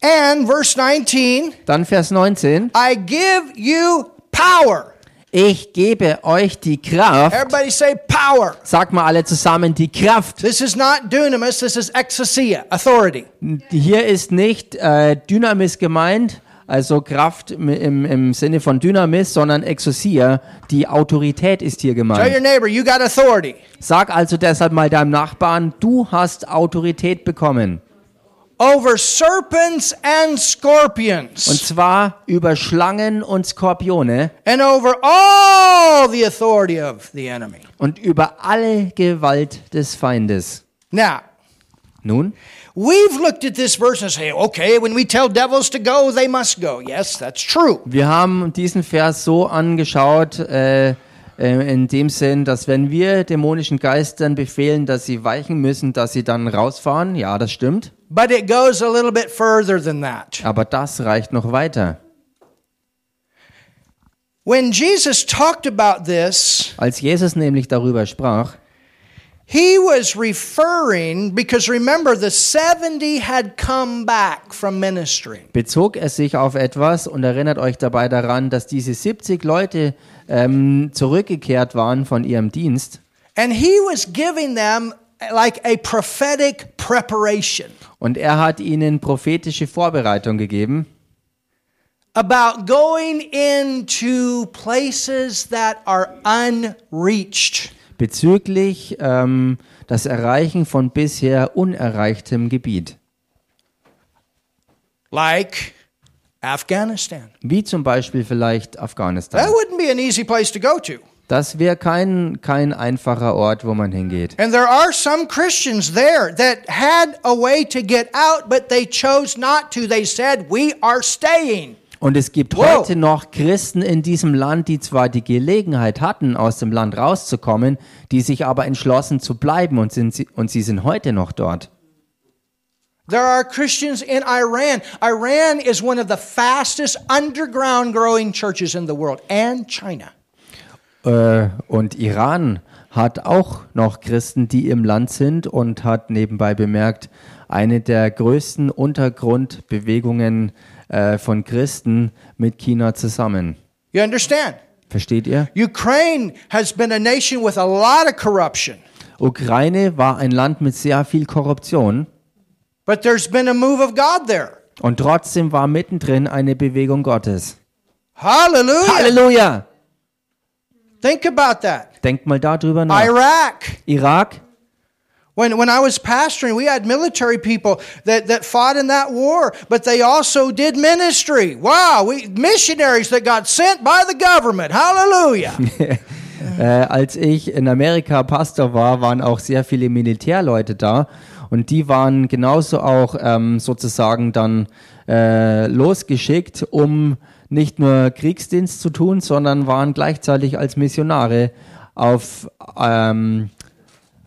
[SPEAKER 1] And verse 19,
[SPEAKER 2] Dann Vers 19.
[SPEAKER 1] I give you power.
[SPEAKER 2] Ich gebe euch die Kraft.
[SPEAKER 1] Everybody say power.
[SPEAKER 2] Sag mal alle zusammen die Kraft.
[SPEAKER 1] This is not dunamis, this is exousia, authority.
[SPEAKER 2] Hier ist nicht äh, Dynamis gemeint, also Kraft im, im- im Sinne von Dynamis, sondern Exousia. Die Autorität ist hier
[SPEAKER 1] Tell your
[SPEAKER 2] gemeint.
[SPEAKER 1] neighbor, you got authority.
[SPEAKER 2] Sag also deshalb mal deinem Nachbarn, du hast Autorität bekommen.
[SPEAKER 1] Over serpents and
[SPEAKER 2] Und
[SPEAKER 1] scorpions,
[SPEAKER 2] zwar über Schlangen und Skorpione
[SPEAKER 1] and over all the authority of the enemy.
[SPEAKER 2] und über alle Gewalt des Feindes.
[SPEAKER 1] Now,
[SPEAKER 2] Nun,
[SPEAKER 1] we've looked at this verse and say, okay, when we tell devils to go, they must go. Yes, that's true.
[SPEAKER 2] Wir haben diesen Vers so angeschaut, äh, äh, in dem Sinn, dass wenn wir dämonischen Geistern befehlen, dass sie weichen müssen, dass sie dann rausfahren, ja, das stimmt,
[SPEAKER 1] But it goes a little bit further than that.
[SPEAKER 2] aber das reicht noch weiter.
[SPEAKER 1] When Jesus talked about this,
[SPEAKER 2] Als Jesus nämlich darüber sprach,
[SPEAKER 1] he was referring, because remember, the 70 had come back from ministering.
[SPEAKER 2] bezog er sich auf etwas und erinnert euch dabei daran, dass diese 70 Leute ähm, zurückgekehrt waren von ihrem Dienst
[SPEAKER 1] And he was giving them like a prophetic preparation
[SPEAKER 2] Und er hat ihnen prophetische Vorbereitung gegeben
[SPEAKER 1] about going into places that are unreached.
[SPEAKER 2] bezüglich ähm, das Erreichen von bisher unerreichtem Gebiet,
[SPEAKER 1] like Afghanistan.
[SPEAKER 2] wie zum Beispiel vielleicht
[SPEAKER 1] That
[SPEAKER 2] Afghanistan.
[SPEAKER 1] wouldn't be an easy place to go to.
[SPEAKER 2] Das wäre kein, kein einfacher Ort, wo man hingeht.
[SPEAKER 1] And there are some Christians there that had a way to get out, but they chose not to. They said, We are staying.
[SPEAKER 2] Und es gibt
[SPEAKER 1] Wow.
[SPEAKER 2] heute noch Christen in diesem Land, die zwar die Gelegenheit hatten, aus dem Land rauszukommen, die sich aber entschlossen zu bleiben und, sind, sie- und sie sind heute noch dort.
[SPEAKER 1] There are Christians in Iran. Iran is one of the fastest underground growing churches in the world, and China.
[SPEAKER 2] Äh, und Iran hat auch noch Christen, die im Land sind und hat nebenbei bemerkt, eine der größten Untergrundbewegungen äh, von Christen mit China zusammen.
[SPEAKER 1] You understand?
[SPEAKER 2] Versteht ihr?
[SPEAKER 1] Ukraine has been a nation with a lot of corruption,
[SPEAKER 2] Ukraine war ein Land mit sehr viel Korruption
[SPEAKER 1] but there's been a move of God there.
[SPEAKER 2] und trotzdem war mittendrin eine Bewegung Gottes.
[SPEAKER 1] Hallelujah.
[SPEAKER 2] Halleluja!
[SPEAKER 1] Think about that.
[SPEAKER 2] Denkt mal darüber nach.
[SPEAKER 1] Iraq.
[SPEAKER 2] Irak,
[SPEAKER 1] When, when I was pastoring, we had military people that, that fought in that war, but they also did ministry. Wow, we, missionaries that got sent by the government. Hallelujah.
[SPEAKER 2] Äh, als ich in Amerika Pastor war, waren auch sehr viele Militärleute da und die waren genauso auch ähm, sozusagen dann äh, losgeschickt, um nicht nur Kriegsdienst zu tun, sondern waren gleichzeitig als Missionare auf, ähm,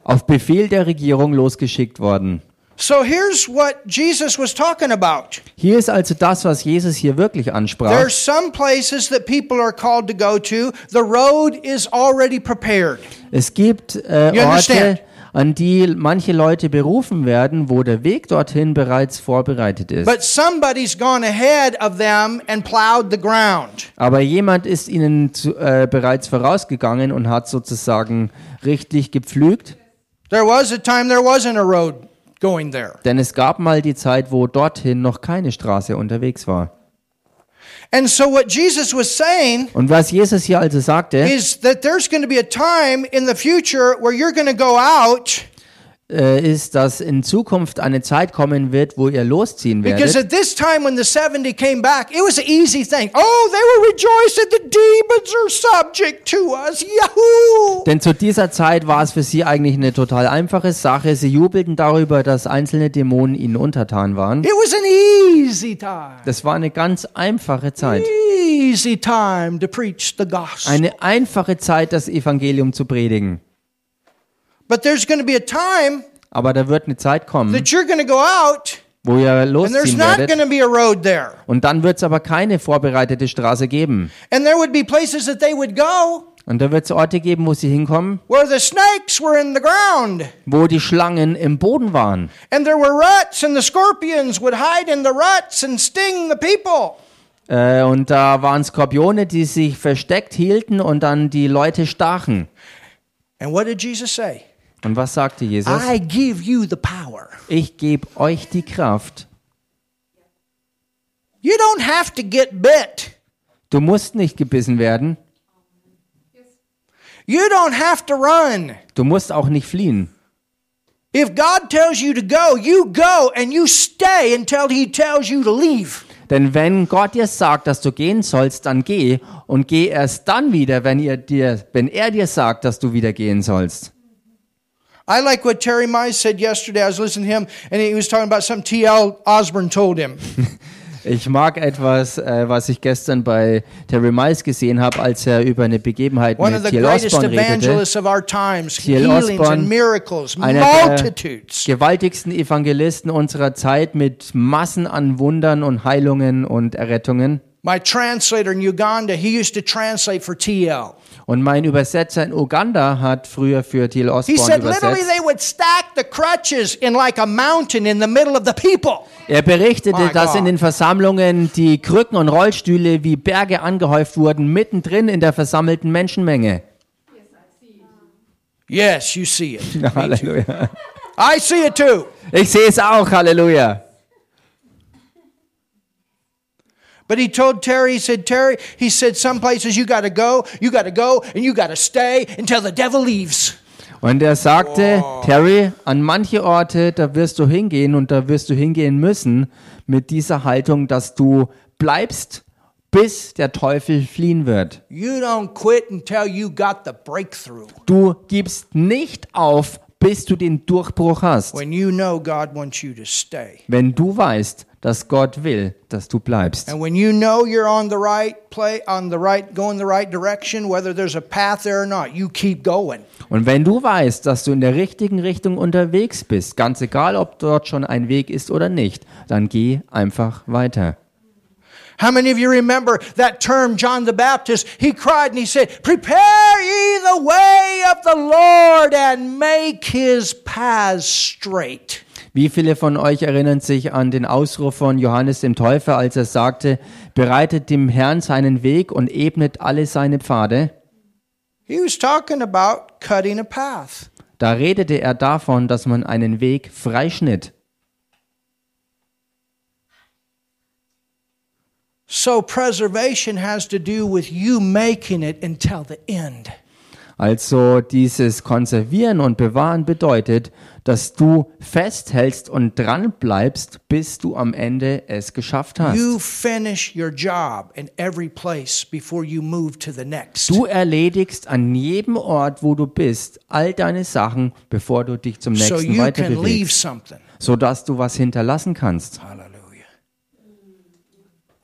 [SPEAKER 2] auf Befehl der Regierung losgeschickt worden.
[SPEAKER 1] so here's what Jesus was talking about.
[SPEAKER 2] Hier ist also das, was Jesus hier wirklich ansprach.
[SPEAKER 1] There's some places that people are called to go to. The road is already prepared.
[SPEAKER 2] Es gibt äh,
[SPEAKER 1] You understand?
[SPEAKER 2] Orte, an die manche Leute berufen werden, wo der Weg dorthin bereits vorbereitet ist.
[SPEAKER 1] But somebody's gone ahead of them and plowed the ground.
[SPEAKER 2] Aber jemand ist ihnen zu, äh, bereits vorausgegangen und hat sozusagen richtig gepflügt.
[SPEAKER 1] There was a time there wasn't a road going there.
[SPEAKER 2] Denn es gab mal die Zeit, wo dorthin noch keine Straße unterwegs war.
[SPEAKER 1] And so what Jesus was saying
[SPEAKER 2] Und was Jesus hier also sagte,
[SPEAKER 1] is that there's going to be a time in the future where you're going to go out
[SPEAKER 2] äh, ist, dass in Zukunft eine Zeit kommen wird, wo ihr losziehen
[SPEAKER 1] because
[SPEAKER 2] werdet.
[SPEAKER 1] at this time when the 70 came back, it was an easy thing. Oh, they were rejoiced that the demons are subject to us. Yahoo!
[SPEAKER 2] Denn zu dieser Zeit war es für sie eigentlich eine total einfache Sache. Sie jubelten darüber, dass einzelne Dämonen ihnen untertan waren.
[SPEAKER 1] It was an easy time.
[SPEAKER 2] Das war eine ganz einfache Zeit.
[SPEAKER 1] Easy time to preach the gospel.
[SPEAKER 2] Eine einfache Zeit, das Evangelium zu predigen.
[SPEAKER 1] But there's going to be a time
[SPEAKER 2] Aber da wird eine Zeit kommen,
[SPEAKER 1] that you're going to go out
[SPEAKER 2] wo ihr
[SPEAKER 1] and there's
[SPEAKER 2] losziehen
[SPEAKER 1] not going
[SPEAKER 2] werdet.
[SPEAKER 1] to be a road there.
[SPEAKER 2] Und dann wird es aber keine vorbereitete Straße geben.
[SPEAKER 1] And there would be places that they would go
[SPEAKER 2] Und da wird es Orte geben, wo sie hinkommen,
[SPEAKER 1] where the snakes were in the ground.
[SPEAKER 2] wo die Schlangen im Boden waren.
[SPEAKER 1] And there were ruts, and the scorpions would hide in the ruts and sting the people.
[SPEAKER 2] Äh, und da waren Skorpione, die sich versteckt hielten und dann die Leute stachen.
[SPEAKER 1] And what did Jesus say?
[SPEAKER 2] Und was sagte Jesus?
[SPEAKER 1] I give you the power.
[SPEAKER 2] Ich gebe euch die Kraft.
[SPEAKER 1] You don't have to get bit.
[SPEAKER 2] Du musst nicht gebissen werden.
[SPEAKER 1] You don't have to run.
[SPEAKER 2] Du musst auch nicht fliehen.
[SPEAKER 1] If God tells you to go, you go and you stay until He tells you to leave.
[SPEAKER 2] Denn wenn Gott dir sagt, dass du gehen sollst, dann geh und geh erst dann wieder, wenn, ihr dir, wenn er dir sagt, dass du wieder gehen sollst.
[SPEAKER 1] I like what Terry Mize said yesterday. I was listening to him, and he was talking about something T.L. Osborne told him.
[SPEAKER 2] Ich mag etwas, äh, was ich gestern bei Terry Miles gesehen habe, als er über eine Begebenheit
[SPEAKER 1] One of the
[SPEAKER 2] mit T.L.
[SPEAKER 1] greatest
[SPEAKER 2] Osborne redete.
[SPEAKER 1] evangelists of our times,
[SPEAKER 2] T.L.
[SPEAKER 1] healings
[SPEAKER 2] Osborne,
[SPEAKER 1] and miracles,
[SPEAKER 2] Einer der
[SPEAKER 1] multitudes.
[SPEAKER 2] gewaltigsten Evangelisten unserer Zeit mit Massen an Wundern und Heilungen und Errettungen.
[SPEAKER 1] My translator in Uganda, he used to translate for TL.
[SPEAKER 2] Und mein Übersetzer in Uganda hat früher für T.L.
[SPEAKER 1] He
[SPEAKER 2] Osborne
[SPEAKER 1] said literally
[SPEAKER 2] übersetzt.
[SPEAKER 1] they would stack the crutches in like a mountain in the middle of the people.
[SPEAKER 2] Er
[SPEAKER 1] My
[SPEAKER 2] berichtete, dass
[SPEAKER 1] God.
[SPEAKER 2] in den Versammlungen die Krücken und Rollstühle wie Berge angehäuft wurden, mittendrin in der versammelten Menschenmenge.
[SPEAKER 1] Yes, you see it.
[SPEAKER 2] Halleluja.
[SPEAKER 1] I see it too.
[SPEAKER 2] Ich sehe es auch, Halleluja.
[SPEAKER 1] But he told Terry, he said, Terry, he said, some places you got to go, you got to go, and you got to stay until the devil leaves.
[SPEAKER 2] Und er sagte, Terry, an manche Orte, da wirst du hingehen und da wirst du hingehen müssen mit dieser Haltung, dass du bleibst, bis der Teufel fliehen wird.
[SPEAKER 1] You don't quit until you got the breakthrough.
[SPEAKER 2] Du gibst nicht auf, bis du den Durchbruch hast,
[SPEAKER 1] When you know God wants you to stay.
[SPEAKER 2] wenn du weißt, dass Gott will, dass du bleibst.
[SPEAKER 1] And when you know you're on the right play, on the right, going the right direction, whether there's a path there or not, you keep going.
[SPEAKER 2] Und wenn du weißt, dass du in der richtigen Richtung unterwegs bist, ganz egal, ob dort schon ein Weg ist oder nicht, dann geh einfach weiter.
[SPEAKER 1] How many of you remember that term, John the Baptist? He cried and he said, Prepare ye the way of the Lord and make his paths straight.
[SPEAKER 2] Wie viele von euch erinnern sich an den Ausruf von Johannes dem Täufer, als er sagte, bereitet dem Herrn seinen Weg und ebnet alle seine Pfade?
[SPEAKER 1] He was talking about cutting a path.
[SPEAKER 2] Da redete er davon, dass man einen Weg freischnitt.
[SPEAKER 1] So preservation has to do with you making it until the end.
[SPEAKER 2] Also dieses Konservieren und Bewahren bedeutet, dass du festhältst und dran bleibst, bis du am Ende es geschafft hast.
[SPEAKER 1] You finish your job in every place before you move to the next.
[SPEAKER 2] Du erledigst an jedem Ort, wo du bist, all deine Sachen, bevor du dich zum
[SPEAKER 1] so
[SPEAKER 2] nächsten
[SPEAKER 1] you can
[SPEAKER 2] weiterbewegst,
[SPEAKER 1] leave something.
[SPEAKER 2] sodass du was hinterlassen kannst.
[SPEAKER 1] Hallelujah.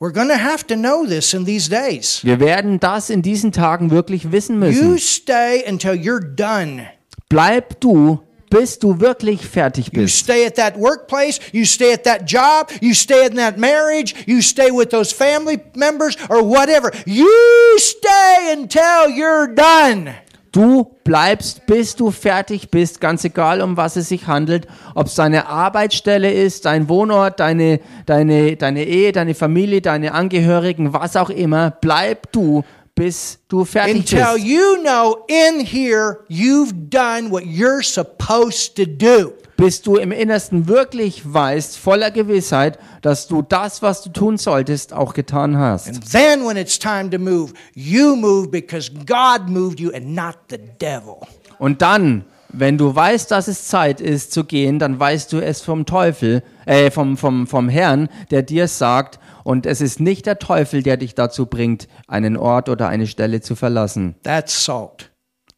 [SPEAKER 1] We're going to have to know this in these days.
[SPEAKER 2] Wir werden das in diesen Tagen wirklich wissen müssen.
[SPEAKER 1] You stay until you're done.
[SPEAKER 2] Bleib du, bis du wirklich fertig
[SPEAKER 1] You
[SPEAKER 2] bist.
[SPEAKER 1] stay at that workplace, you stay at that job, you stay in that marriage, you stay with those family members or whatever. You stay until you're done.
[SPEAKER 2] Du bleibst, bis du fertig bist, ganz egal, um was es sich handelt, ob es deine Arbeitsstelle ist, dein Wohnort, deine, deine, deine Ehe, deine Familie, deine Angehörigen, was auch immer. Bleib du, bis du fertig
[SPEAKER 1] Until
[SPEAKER 2] bist.
[SPEAKER 1] you know in here you've done what you're supposed to do.
[SPEAKER 2] Bis du im Innersten wirklich weißt, voller Gewissheit, dass du das, was du tun solltest, auch getan hast.
[SPEAKER 1] Then, when it's time to move, you move because God moved you and not the devil.
[SPEAKER 2] Und dann, wenn du weißt, dass es Zeit ist zu gehen, dann weißt du es vom Teufel, äh, vom, vom, vom Herrn, der dir sagt, und es ist nicht der Teufel, der dich dazu bringt, einen Ort oder eine Stelle zu verlassen.
[SPEAKER 1] That's salt.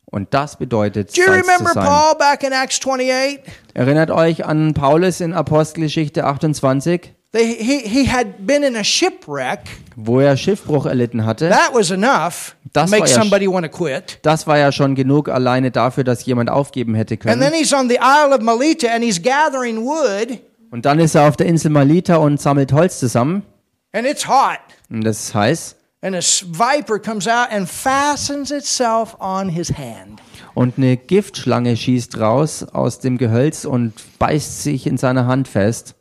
[SPEAKER 2] Und das bedeutet,
[SPEAKER 1] Do you
[SPEAKER 2] Salz zu
[SPEAKER 1] remember
[SPEAKER 2] sein.
[SPEAKER 1] Paul back in Acts 28?
[SPEAKER 2] Erinnert euch an Paulus in Apostelgeschichte 28,
[SPEAKER 1] They, he, he had been in a shipwreck.
[SPEAKER 2] wo er Schiffbruch erlitten hatte.
[SPEAKER 1] That was enough to
[SPEAKER 2] Das
[SPEAKER 1] make
[SPEAKER 2] war ja sch-
[SPEAKER 1] somebody want to quit.
[SPEAKER 2] Das war ja schon genug alleine dafür, dass jemand aufgeben hätte
[SPEAKER 1] And
[SPEAKER 2] können.
[SPEAKER 1] then he's on the Isle of Melita and he's gathering wood
[SPEAKER 2] Und dann ist er auf der Insel Malita und sammelt Holz zusammen.
[SPEAKER 1] and it's hot.
[SPEAKER 2] Und das ist heiß.
[SPEAKER 1] And a s- viper comes out and fastens itself on his hand.
[SPEAKER 2] Und eine Giftschlange schießt raus aus dem Gehölz und beißt sich in seiner Hand fest.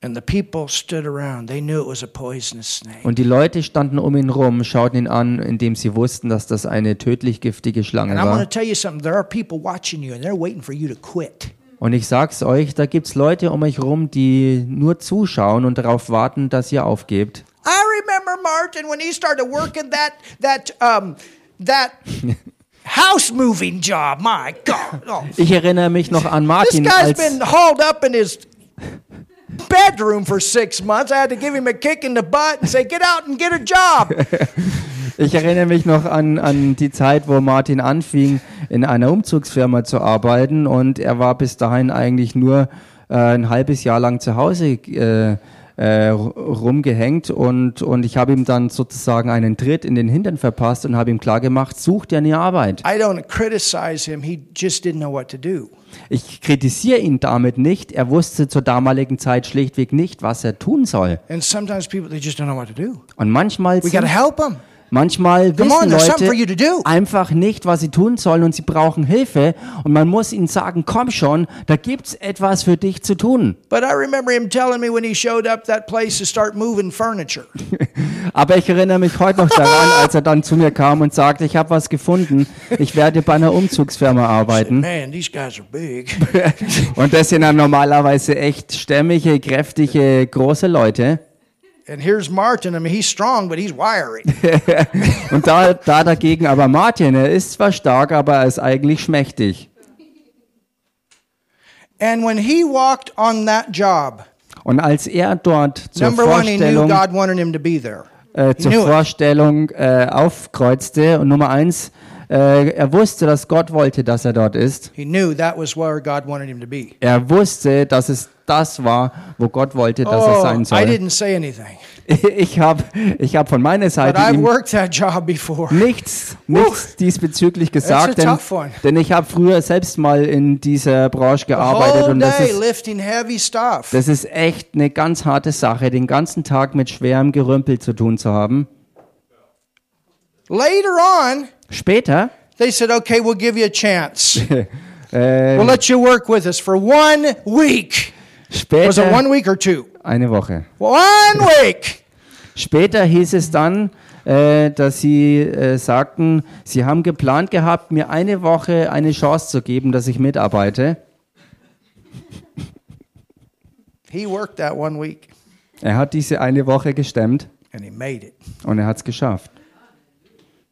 [SPEAKER 1] And the people stood around. They knew it was a poisonous snake.
[SPEAKER 2] Und die Leute standen um ihn rum, schauten ihn an, indem sie wussten, dass das eine tödlich giftige Schlange
[SPEAKER 1] And I'm going
[SPEAKER 2] war.
[SPEAKER 1] to tell you something. There are people watching you and they're waiting for you to quit.
[SPEAKER 2] Und ich sag's euch, da gibt's Leute um euch rum, die nur zuschauen und darauf warten, dass ihr aufgebt.
[SPEAKER 1] I remember Martin when he started working that that um that house moving job. My God, oh.
[SPEAKER 2] Ich erinnere mich noch an
[SPEAKER 1] this
[SPEAKER 2] Martin,
[SPEAKER 1] guy's
[SPEAKER 2] als,
[SPEAKER 1] been hauled up in his bedroom for six months. I had to give him a kick in the butt and say, "Get out and get a job."
[SPEAKER 2] ich erinnere mich noch an, an die Zeit, wo Martin anfing, in einer Umzugsfirma zu arbeiten und er war bis dahin eigentlich nur äh, ein halbes Jahr lang zu Hause äh, äh, ru- rumgehängt und, und ich habe ihm dann sozusagen einen Tritt in den Hintern verpasst und habe ihm klargemacht, such dir eine Arbeit.
[SPEAKER 1] I don't criticize him. He just didn't know what to do.
[SPEAKER 2] Ich kritisiere ihn damit nicht, er wusste zur damaligen Zeit schlichtweg nicht, was er tun soll.
[SPEAKER 1] And sometimes people they just don't know what to do.
[SPEAKER 2] Und manchmal
[SPEAKER 1] We got to help them.
[SPEAKER 2] Manchmal
[SPEAKER 1] Come on,
[SPEAKER 2] wissen
[SPEAKER 1] there's something for you to
[SPEAKER 2] Leute
[SPEAKER 1] do.
[SPEAKER 2] einfach nicht, was sie tun sollen und sie brauchen Hilfe und man muss ihnen sagen, komm schon, da gibt's etwas für dich zu tun.
[SPEAKER 1] But I remember him telling me when he showed up that place to start moving furniture.
[SPEAKER 2] Aber ich erinnere mich heute noch daran, als er dann zu mir kam und sagte, ich habe was gefunden, ich werde bei einer Umzugsfirma arbeiten.
[SPEAKER 1] Man, these guys are big.
[SPEAKER 2] Und das sind dann normalerweise echt stämmige, kräftige, große Leute.
[SPEAKER 1] And here's Martin. I mean, he's strong, but he's wiry.
[SPEAKER 2] Und da, da dagegen aber Martin, er ist zwar stark, aber er ist eigentlich schmächtig.
[SPEAKER 1] And when he walked on that job,
[SPEAKER 2] Und als er dort zur
[SPEAKER 1] number one, he knew
[SPEAKER 2] Vorstellung,
[SPEAKER 1] God wanted him to be there.
[SPEAKER 2] äh, zur
[SPEAKER 1] knew it.
[SPEAKER 2] Vorstellung äh, aufkreuzte und Nummer eins, äh, er wusste, dass Gott wollte, dass er dort ist.
[SPEAKER 1] He knew that was where God wanted him to be.
[SPEAKER 2] Er wusste, dass es das war, wo Gott wollte, dass er sein
[SPEAKER 1] Oh, I
[SPEAKER 2] soll.
[SPEAKER 1] didn't say anything,
[SPEAKER 2] Ich habe ich hab von meiner
[SPEAKER 1] but
[SPEAKER 2] Seite
[SPEAKER 1] I've
[SPEAKER 2] ihm
[SPEAKER 1] worked that job before.
[SPEAKER 2] nichts, nichts diesbezüglich
[SPEAKER 1] a
[SPEAKER 2] gesagt, denn,
[SPEAKER 1] tough one.
[SPEAKER 2] denn ich habe früher selbst mal in dieser Branche gearbeitet
[SPEAKER 1] Whole
[SPEAKER 2] und das
[SPEAKER 1] day
[SPEAKER 2] ist
[SPEAKER 1] lifting heavy stuff.
[SPEAKER 2] Das ist echt eine ganz harte Sache, den ganzen Tag mit schwerem Gerümpel zu tun zu haben.
[SPEAKER 1] Later on,
[SPEAKER 2] Später,
[SPEAKER 1] they said, "Okay, we'll give you a chance.
[SPEAKER 2] äh,
[SPEAKER 1] We'll let you work with us for one week." Was it
[SPEAKER 2] später,
[SPEAKER 1] one week or two?
[SPEAKER 2] eine Woche.
[SPEAKER 1] One week.
[SPEAKER 2] Später hieß es dann, äh, dass sie äh, sagten, sie haben geplant gehabt, mir eine Woche eine Chance zu geben, dass ich mitarbeite.
[SPEAKER 1] He worked that one week,
[SPEAKER 2] Er hat diese eine Woche gestemmt
[SPEAKER 1] and he made it.
[SPEAKER 2] und er hat es geschafft.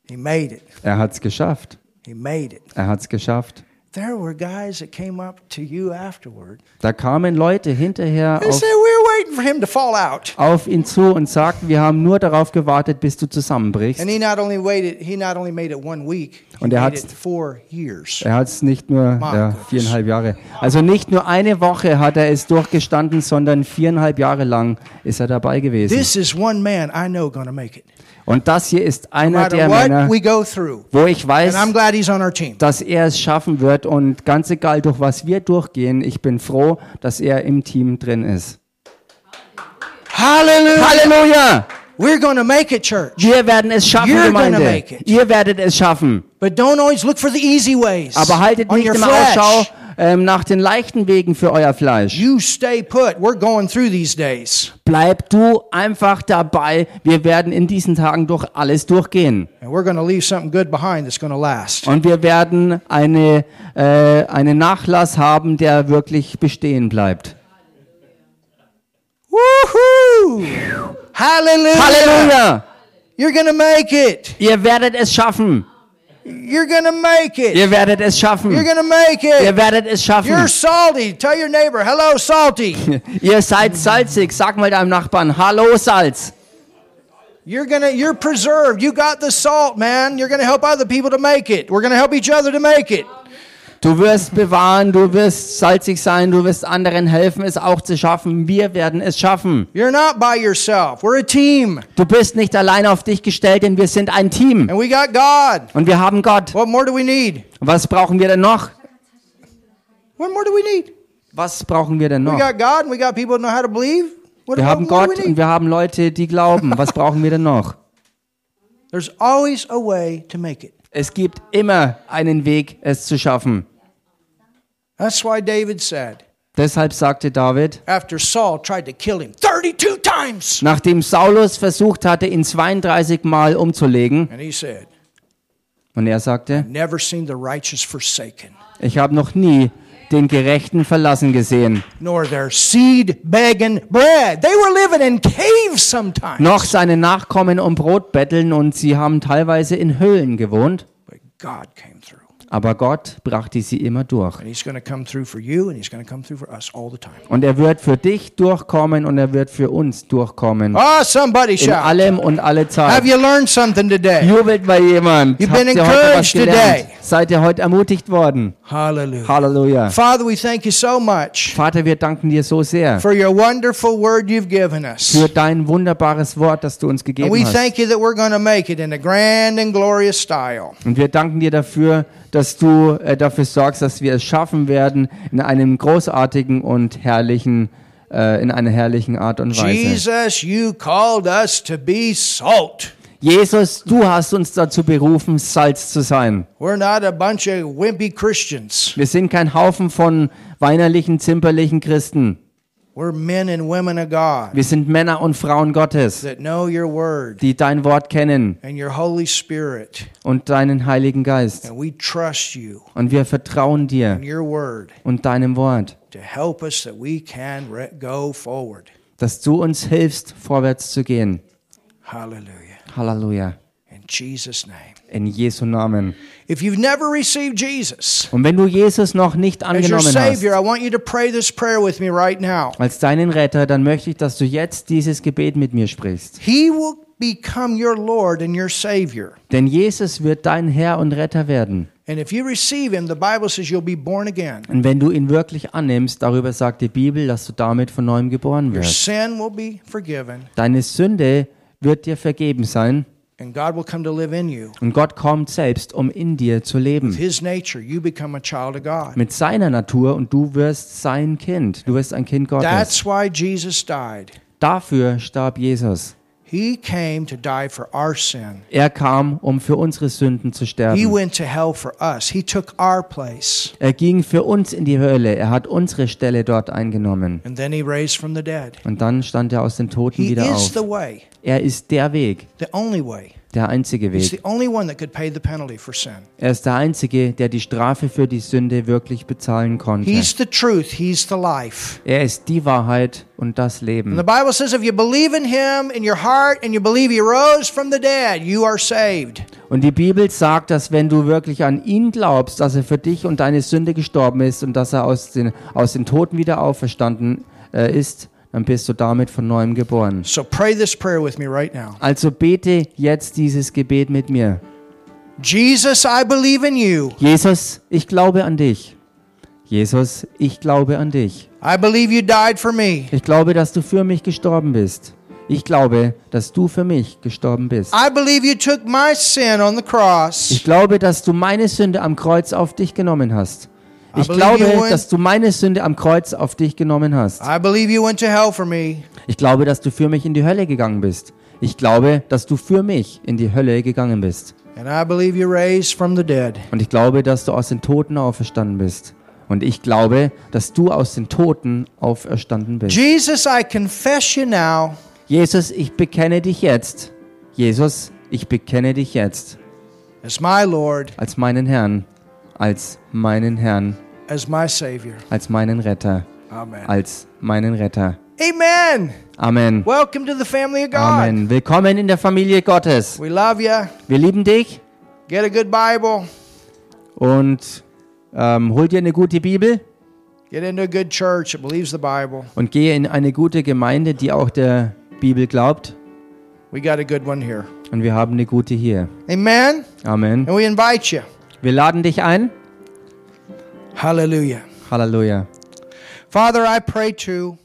[SPEAKER 1] He made it.
[SPEAKER 2] Er hat es geschafft.
[SPEAKER 1] He made it.
[SPEAKER 2] Er hat es geschafft.
[SPEAKER 1] There were guys that came up to you afterward
[SPEAKER 2] Da kamen Leute hinterher
[SPEAKER 1] and
[SPEAKER 2] auf,
[SPEAKER 1] said, "We were waiting for him to fall out."
[SPEAKER 2] auf ihn zu und sagten, wir haben nur darauf gewartet, bis du zusammenbrichst.
[SPEAKER 1] And he not only waited, he not only made it one week, he
[SPEAKER 2] Und er
[SPEAKER 1] made
[SPEAKER 2] hat's-
[SPEAKER 1] it four years.
[SPEAKER 2] Er hat es nicht nur ja,
[SPEAKER 1] Markus.
[SPEAKER 2] viereinhalb Jahre. Also nicht nur eine Woche hat er es durchgestanden, sondern viereinhalb Jahre lang ist er dabei gewesen.
[SPEAKER 1] This is one man I know going to make it.
[SPEAKER 2] Und das hier ist
[SPEAKER 1] No
[SPEAKER 2] einer
[SPEAKER 1] matter
[SPEAKER 2] der
[SPEAKER 1] what
[SPEAKER 2] Männer,
[SPEAKER 1] we go through.
[SPEAKER 2] wo ich weiß,
[SPEAKER 1] And I'm glad he's on our team.
[SPEAKER 2] dass er es schaffen wird. Und ganz egal, durch was wir durchgehen, ich bin froh, dass er im Team drin ist.
[SPEAKER 1] Hallelujah.
[SPEAKER 2] Halleluja!
[SPEAKER 1] We're going to make it, church.
[SPEAKER 2] Wir werden es schaffen,
[SPEAKER 1] You're gonna
[SPEAKER 2] Gemeinde.
[SPEAKER 1] make it.
[SPEAKER 2] Ihr werdet es schaffen.
[SPEAKER 1] But don't always look for the easy ways.
[SPEAKER 2] Aber haltet
[SPEAKER 1] on
[SPEAKER 2] nicht
[SPEAKER 1] your
[SPEAKER 2] immer
[SPEAKER 1] flesh.
[SPEAKER 2] Ausschau ähm, nach den leichten Wegen für euer Fleisch.
[SPEAKER 1] You stay put. We're going through these days.
[SPEAKER 2] Bleib du einfach dabei. Wir werden in diesen Tagen durch alles durchgehen.
[SPEAKER 1] And we're going to leave something good behind that's going to last.
[SPEAKER 2] Und wir werden eine, äh, einen Nachlass haben, der wirklich bestehen bleibt.
[SPEAKER 1] Woohoo! Hallelujah.
[SPEAKER 2] Halleluja!
[SPEAKER 1] You're going to make it.
[SPEAKER 2] Ihr werdet es schaffen.
[SPEAKER 1] You're going to make it.
[SPEAKER 2] Ihr werdet es schaffen.
[SPEAKER 1] You're going to make it.
[SPEAKER 2] Ihr werdet es
[SPEAKER 1] You're
[SPEAKER 2] schaffen.
[SPEAKER 1] salty. Tell your neighbor, hello, salty.
[SPEAKER 2] Ihr seid salzig. Sag mal deinem Nachbarn, hallo Salz.
[SPEAKER 1] You're gonna you're preserved. You got the salt, man. You're gonna help other people to make it. We're gonna help each other to make it.
[SPEAKER 2] Du wirst bewahren, du wirst salzig sein, du wirst anderen helfen, es auch zu schaffen. Wir werden es schaffen.
[SPEAKER 1] You're not by yourself. We're a team.
[SPEAKER 2] Du bist nicht allein auf dich gestellt, denn wir sind ein Team.
[SPEAKER 1] And we got God.
[SPEAKER 2] Und wir haben Gott.
[SPEAKER 1] What more do we need?
[SPEAKER 2] Was brauchen wir denn noch?
[SPEAKER 1] What more do we need?
[SPEAKER 2] Was brauchen wir denn
[SPEAKER 1] We
[SPEAKER 2] noch?
[SPEAKER 1] got God and we got people that know how to believe. What,
[SPEAKER 2] Wir
[SPEAKER 1] what
[SPEAKER 2] haben
[SPEAKER 1] more
[SPEAKER 2] Gott
[SPEAKER 1] do we
[SPEAKER 2] und
[SPEAKER 1] need?
[SPEAKER 2] wir haben Leute, die glauben. Was brauchen wir denn noch?
[SPEAKER 1] There's always a way to make it.
[SPEAKER 2] Es gibt immer einen Weg, es zu schaffen.
[SPEAKER 1] That's why David said,
[SPEAKER 2] Deshalb sagte David,
[SPEAKER 1] after Saul tried to kill him 32 times.
[SPEAKER 2] nachdem Saulus versucht hatte, ihn 32 Mal umzulegen,
[SPEAKER 1] And he said,
[SPEAKER 2] und er sagte,
[SPEAKER 1] Never seen the righteous forsaken,
[SPEAKER 2] ich habe noch nie den Gerechten verlassen gesehen,
[SPEAKER 1] nor their seed begging bread. They were living in caves sometimes.
[SPEAKER 2] noch seine Nachkommen um Brot betteln und sie haben teilweise in Höhlen gewohnt,
[SPEAKER 1] But God came through.
[SPEAKER 2] aber Gott brachte sie immer durch.
[SPEAKER 1] And He's going to come through for you, and He's going to come through for us all the time.
[SPEAKER 2] Und er wird für dich durchkommen und er wird für uns durchkommen.
[SPEAKER 1] Ah, somebody
[SPEAKER 2] In
[SPEAKER 1] shout.
[SPEAKER 2] allem und alle Zeit.
[SPEAKER 1] Have you learned something today?
[SPEAKER 2] Jubelt mal jemand.
[SPEAKER 1] You've
[SPEAKER 2] Habt
[SPEAKER 1] been
[SPEAKER 2] ihr heute was
[SPEAKER 1] encouraged
[SPEAKER 2] gelernt?
[SPEAKER 1] today.
[SPEAKER 2] Seid ihr heute ermutigt worden?
[SPEAKER 1] Hallelujah.
[SPEAKER 2] Halleluja.
[SPEAKER 1] Father, we thank you so much
[SPEAKER 2] Vater, wir danken dir so sehr
[SPEAKER 1] for your wonderful word you've given us.
[SPEAKER 2] für dein wunderbares Wort, das du uns
[SPEAKER 1] And
[SPEAKER 2] gegeben
[SPEAKER 1] we
[SPEAKER 2] hast.
[SPEAKER 1] thank you that we're going to make it in a grand and glorious style.
[SPEAKER 2] Und wir danken dir dafür, dass du äh, dafür sorgst, dass wir es schaffen werden in einem großartigen und herrlichen, äh, in einer herrlichen Art und Weise.
[SPEAKER 1] Jesus, you called us to be salt.
[SPEAKER 2] Jesus, du hast uns dazu berufen, Salz zu sein.
[SPEAKER 1] We're not a bunch of wimpy Christians.
[SPEAKER 2] Wir sind kein Haufen von weinerlichen, zimperlichen Christen.
[SPEAKER 1] We're men and women of God
[SPEAKER 2] Wir sind Männer und Frauen Gottes,
[SPEAKER 1] that know your word
[SPEAKER 2] die dein Wort kennen
[SPEAKER 1] and your Holy Spirit.
[SPEAKER 2] und deinen Heiligen Geist.
[SPEAKER 1] And we trust you
[SPEAKER 2] Und wir vertrauen dir
[SPEAKER 1] and your word
[SPEAKER 2] und deinem Wort,
[SPEAKER 1] to help us that we can re- go forward.
[SPEAKER 2] dass du uns hilfst, vorwärts zu gehen.
[SPEAKER 1] Hallelujah.
[SPEAKER 2] Halleluja.
[SPEAKER 1] In Jesus' name.
[SPEAKER 2] In Jesu Namen.
[SPEAKER 1] If you've never received Jesus
[SPEAKER 2] Und wenn du Jesus noch nicht
[SPEAKER 1] as your
[SPEAKER 2] angenommen hast,
[SPEAKER 1] Savior, I want you to pray this prayer with me right now.
[SPEAKER 2] als deinen Retter, dann möchte ich, dass du jetzt dieses Gebet mit mir sprichst.
[SPEAKER 1] He will become your Lord and your Savior.
[SPEAKER 2] Denn Jesus wird dein Herr und Retter werden.
[SPEAKER 1] And if you receive Him, the Bible says you'll be born again.
[SPEAKER 2] Und wenn du ihn wirklich annimmst, darüber sagt die Bibel, dass du damit von neuem geboren
[SPEAKER 1] Your
[SPEAKER 2] wirst.
[SPEAKER 1] sin will be forgiven,
[SPEAKER 2] Deine Sünde wird dir vergeben sein
[SPEAKER 1] and God will come to live in you.
[SPEAKER 2] und Gott kommt selbst, um in dir zu
[SPEAKER 1] With
[SPEAKER 2] leben.
[SPEAKER 1] His nature, you become a child of God.
[SPEAKER 2] Mit seiner Natur und du wirst sein Kind. Du wirst ein Kind Gottes.
[SPEAKER 1] That's why Jesus died.
[SPEAKER 2] Dafür starb Jesus.
[SPEAKER 1] He came to die for our sin.
[SPEAKER 2] Er kam, um für unsere Sünden zu
[SPEAKER 1] He
[SPEAKER 2] sterben.
[SPEAKER 1] went to hell for us. He took our place.
[SPEAKER 2] Er ging für uns in die Hölle. Er hat unsere Stelle dort eingenommen.
[SPEAKER 1] And then he raised from the dead.
[SPEAKER 2] Und dann stand er aus den Toten
[SPEAKER 1] He
[SPEAKER 2] wieder
[SPEAKER 1] is
[SPEAKER 2] auf.
[SPEAKER 1] the way,
[SPEAKER 2] Er ist der Weg,
[SPEAKER 1] the only way.
[SPEAKER 2] der einzige
[SPEAKER 1] He's
[SPEAKER 2] Weg.
[SPEAKER 1] the only one that could pay the penalty for sin.
[SPEAKER 2] Er ist der einzige, der die Strafe für die Sünde wirklich bezahlen konnte.
[SPEAKER 1] He's the truth. He's the life.
[SPEAKER 2] Er ist die Wahrheit und das
[SPEAKER 1] And the
[SPEAKER 2] Leben.
[SPEAKER 1] Bible says if you believe in him in your heart and you believe he rose from the dead, you are saved.
[SPEAKER 2] Und die Bibel sagt, dass wenn du wirklich an ihn glaubst, dass er für dich und deine Sünde gestorben ist und dass er aus den, aus den Toten wieder auferstanden äh, ist, dann bist du damit von neuem geboren.
[SPEAKER 1] So pray this prayer with me right now.
[SPEAKER 2] Also bete jetzt dieses Gebet mit mir.
[SPEAKER 1] Jesus, I believe in you.
[SPEAKER 2] Jesus, ich glaube an dich. Jesus, ich glaube an dich.
[SPEAKER 1] I believe you died for me.
[SPEAKER 2] Ich glaube, dass du für mich gestorben bist. Ich glaube, dass du für mich gestorben bist.
[SPEAKER 1] I believe you took my sin on the
[SPEAKER 2] Ich
[SPEAKER 1] cross.
[SPEAKER 2] glaube, dass du meine Sünde am Kreuz auf dich genommen hast.
[SPEAKER 1] I
[SPEAKER 2] Ich
[SPEAKER 1] believe you
[SPEAKER 2] glaube,
[SPEAKER 1] went-
[SPEAKER 2] dass du meine Sünde am Kreuz auf dich genommen hast.
[SPEAKER 1] I believe you went to hell for me.
[SPEAKER 2] Ich glaube, dass du für mich in die Hölle gegangen bist. Ich glaube, dass du für mich in die Hölle gegangen bist.
[SPEAKER 1] And I believe you raised from the dead.
[SPEAKER 2] Und ich glaube, dass du aus den Toten auferstanden bist. Und ich glaube, dass du aus den Toten auferstanden bist.
[SPEAKER 1] Jesus, I confess you now
[SPEAKER 2] Jesus, ich bekenne dich jetzt. Jesus, ich bekenne dich jetzt
[SPEAKER 1] as my Lord,
[SPEAKER 2] als meinen Herrn, als meinen Herrn,
[SPEAKER 1] as my Savior.
[SPEAKER 2] als meinen Retter,
[SPEAKER 1] Amen.
[SPEAKER 2] als meinen Retter.
[SPEAKER 1] Amen.
[SPEAKER 2] Amen.
[SPEAKER 1] Welcome to the family of God.
[SPEAKER 2] Amen. Willkommen in der Familie Gottes.
[SPEAKER 1] We love you.
[SPEAKER 2] Wir lieben dich
[SPEAKER 1] Get a good Bible.
[SPEAKER 2] und ähm, hol dir eine gute Bibel
[SPEAKER 1] Get into a good church that believes the Bible.
[SPEAKER 2] und gehe in eine gute Gemeinde, die auch der Bibel glaubt.
[SPEAKER 1] We got a good one here.
[SPEAKER 2] Und wir haben eine gute hier.
[SPEAKER 1] Amen.
[SPEAKER 2] Amen.
[SPEAKER 1] And we invite you.
[SPEAKER 2] Wir laden dich ein.
[SPEAKER 1] Hallelujah.
[SPEAKER 2] Halleluja.
[SPEAKER 1] Father, I pray too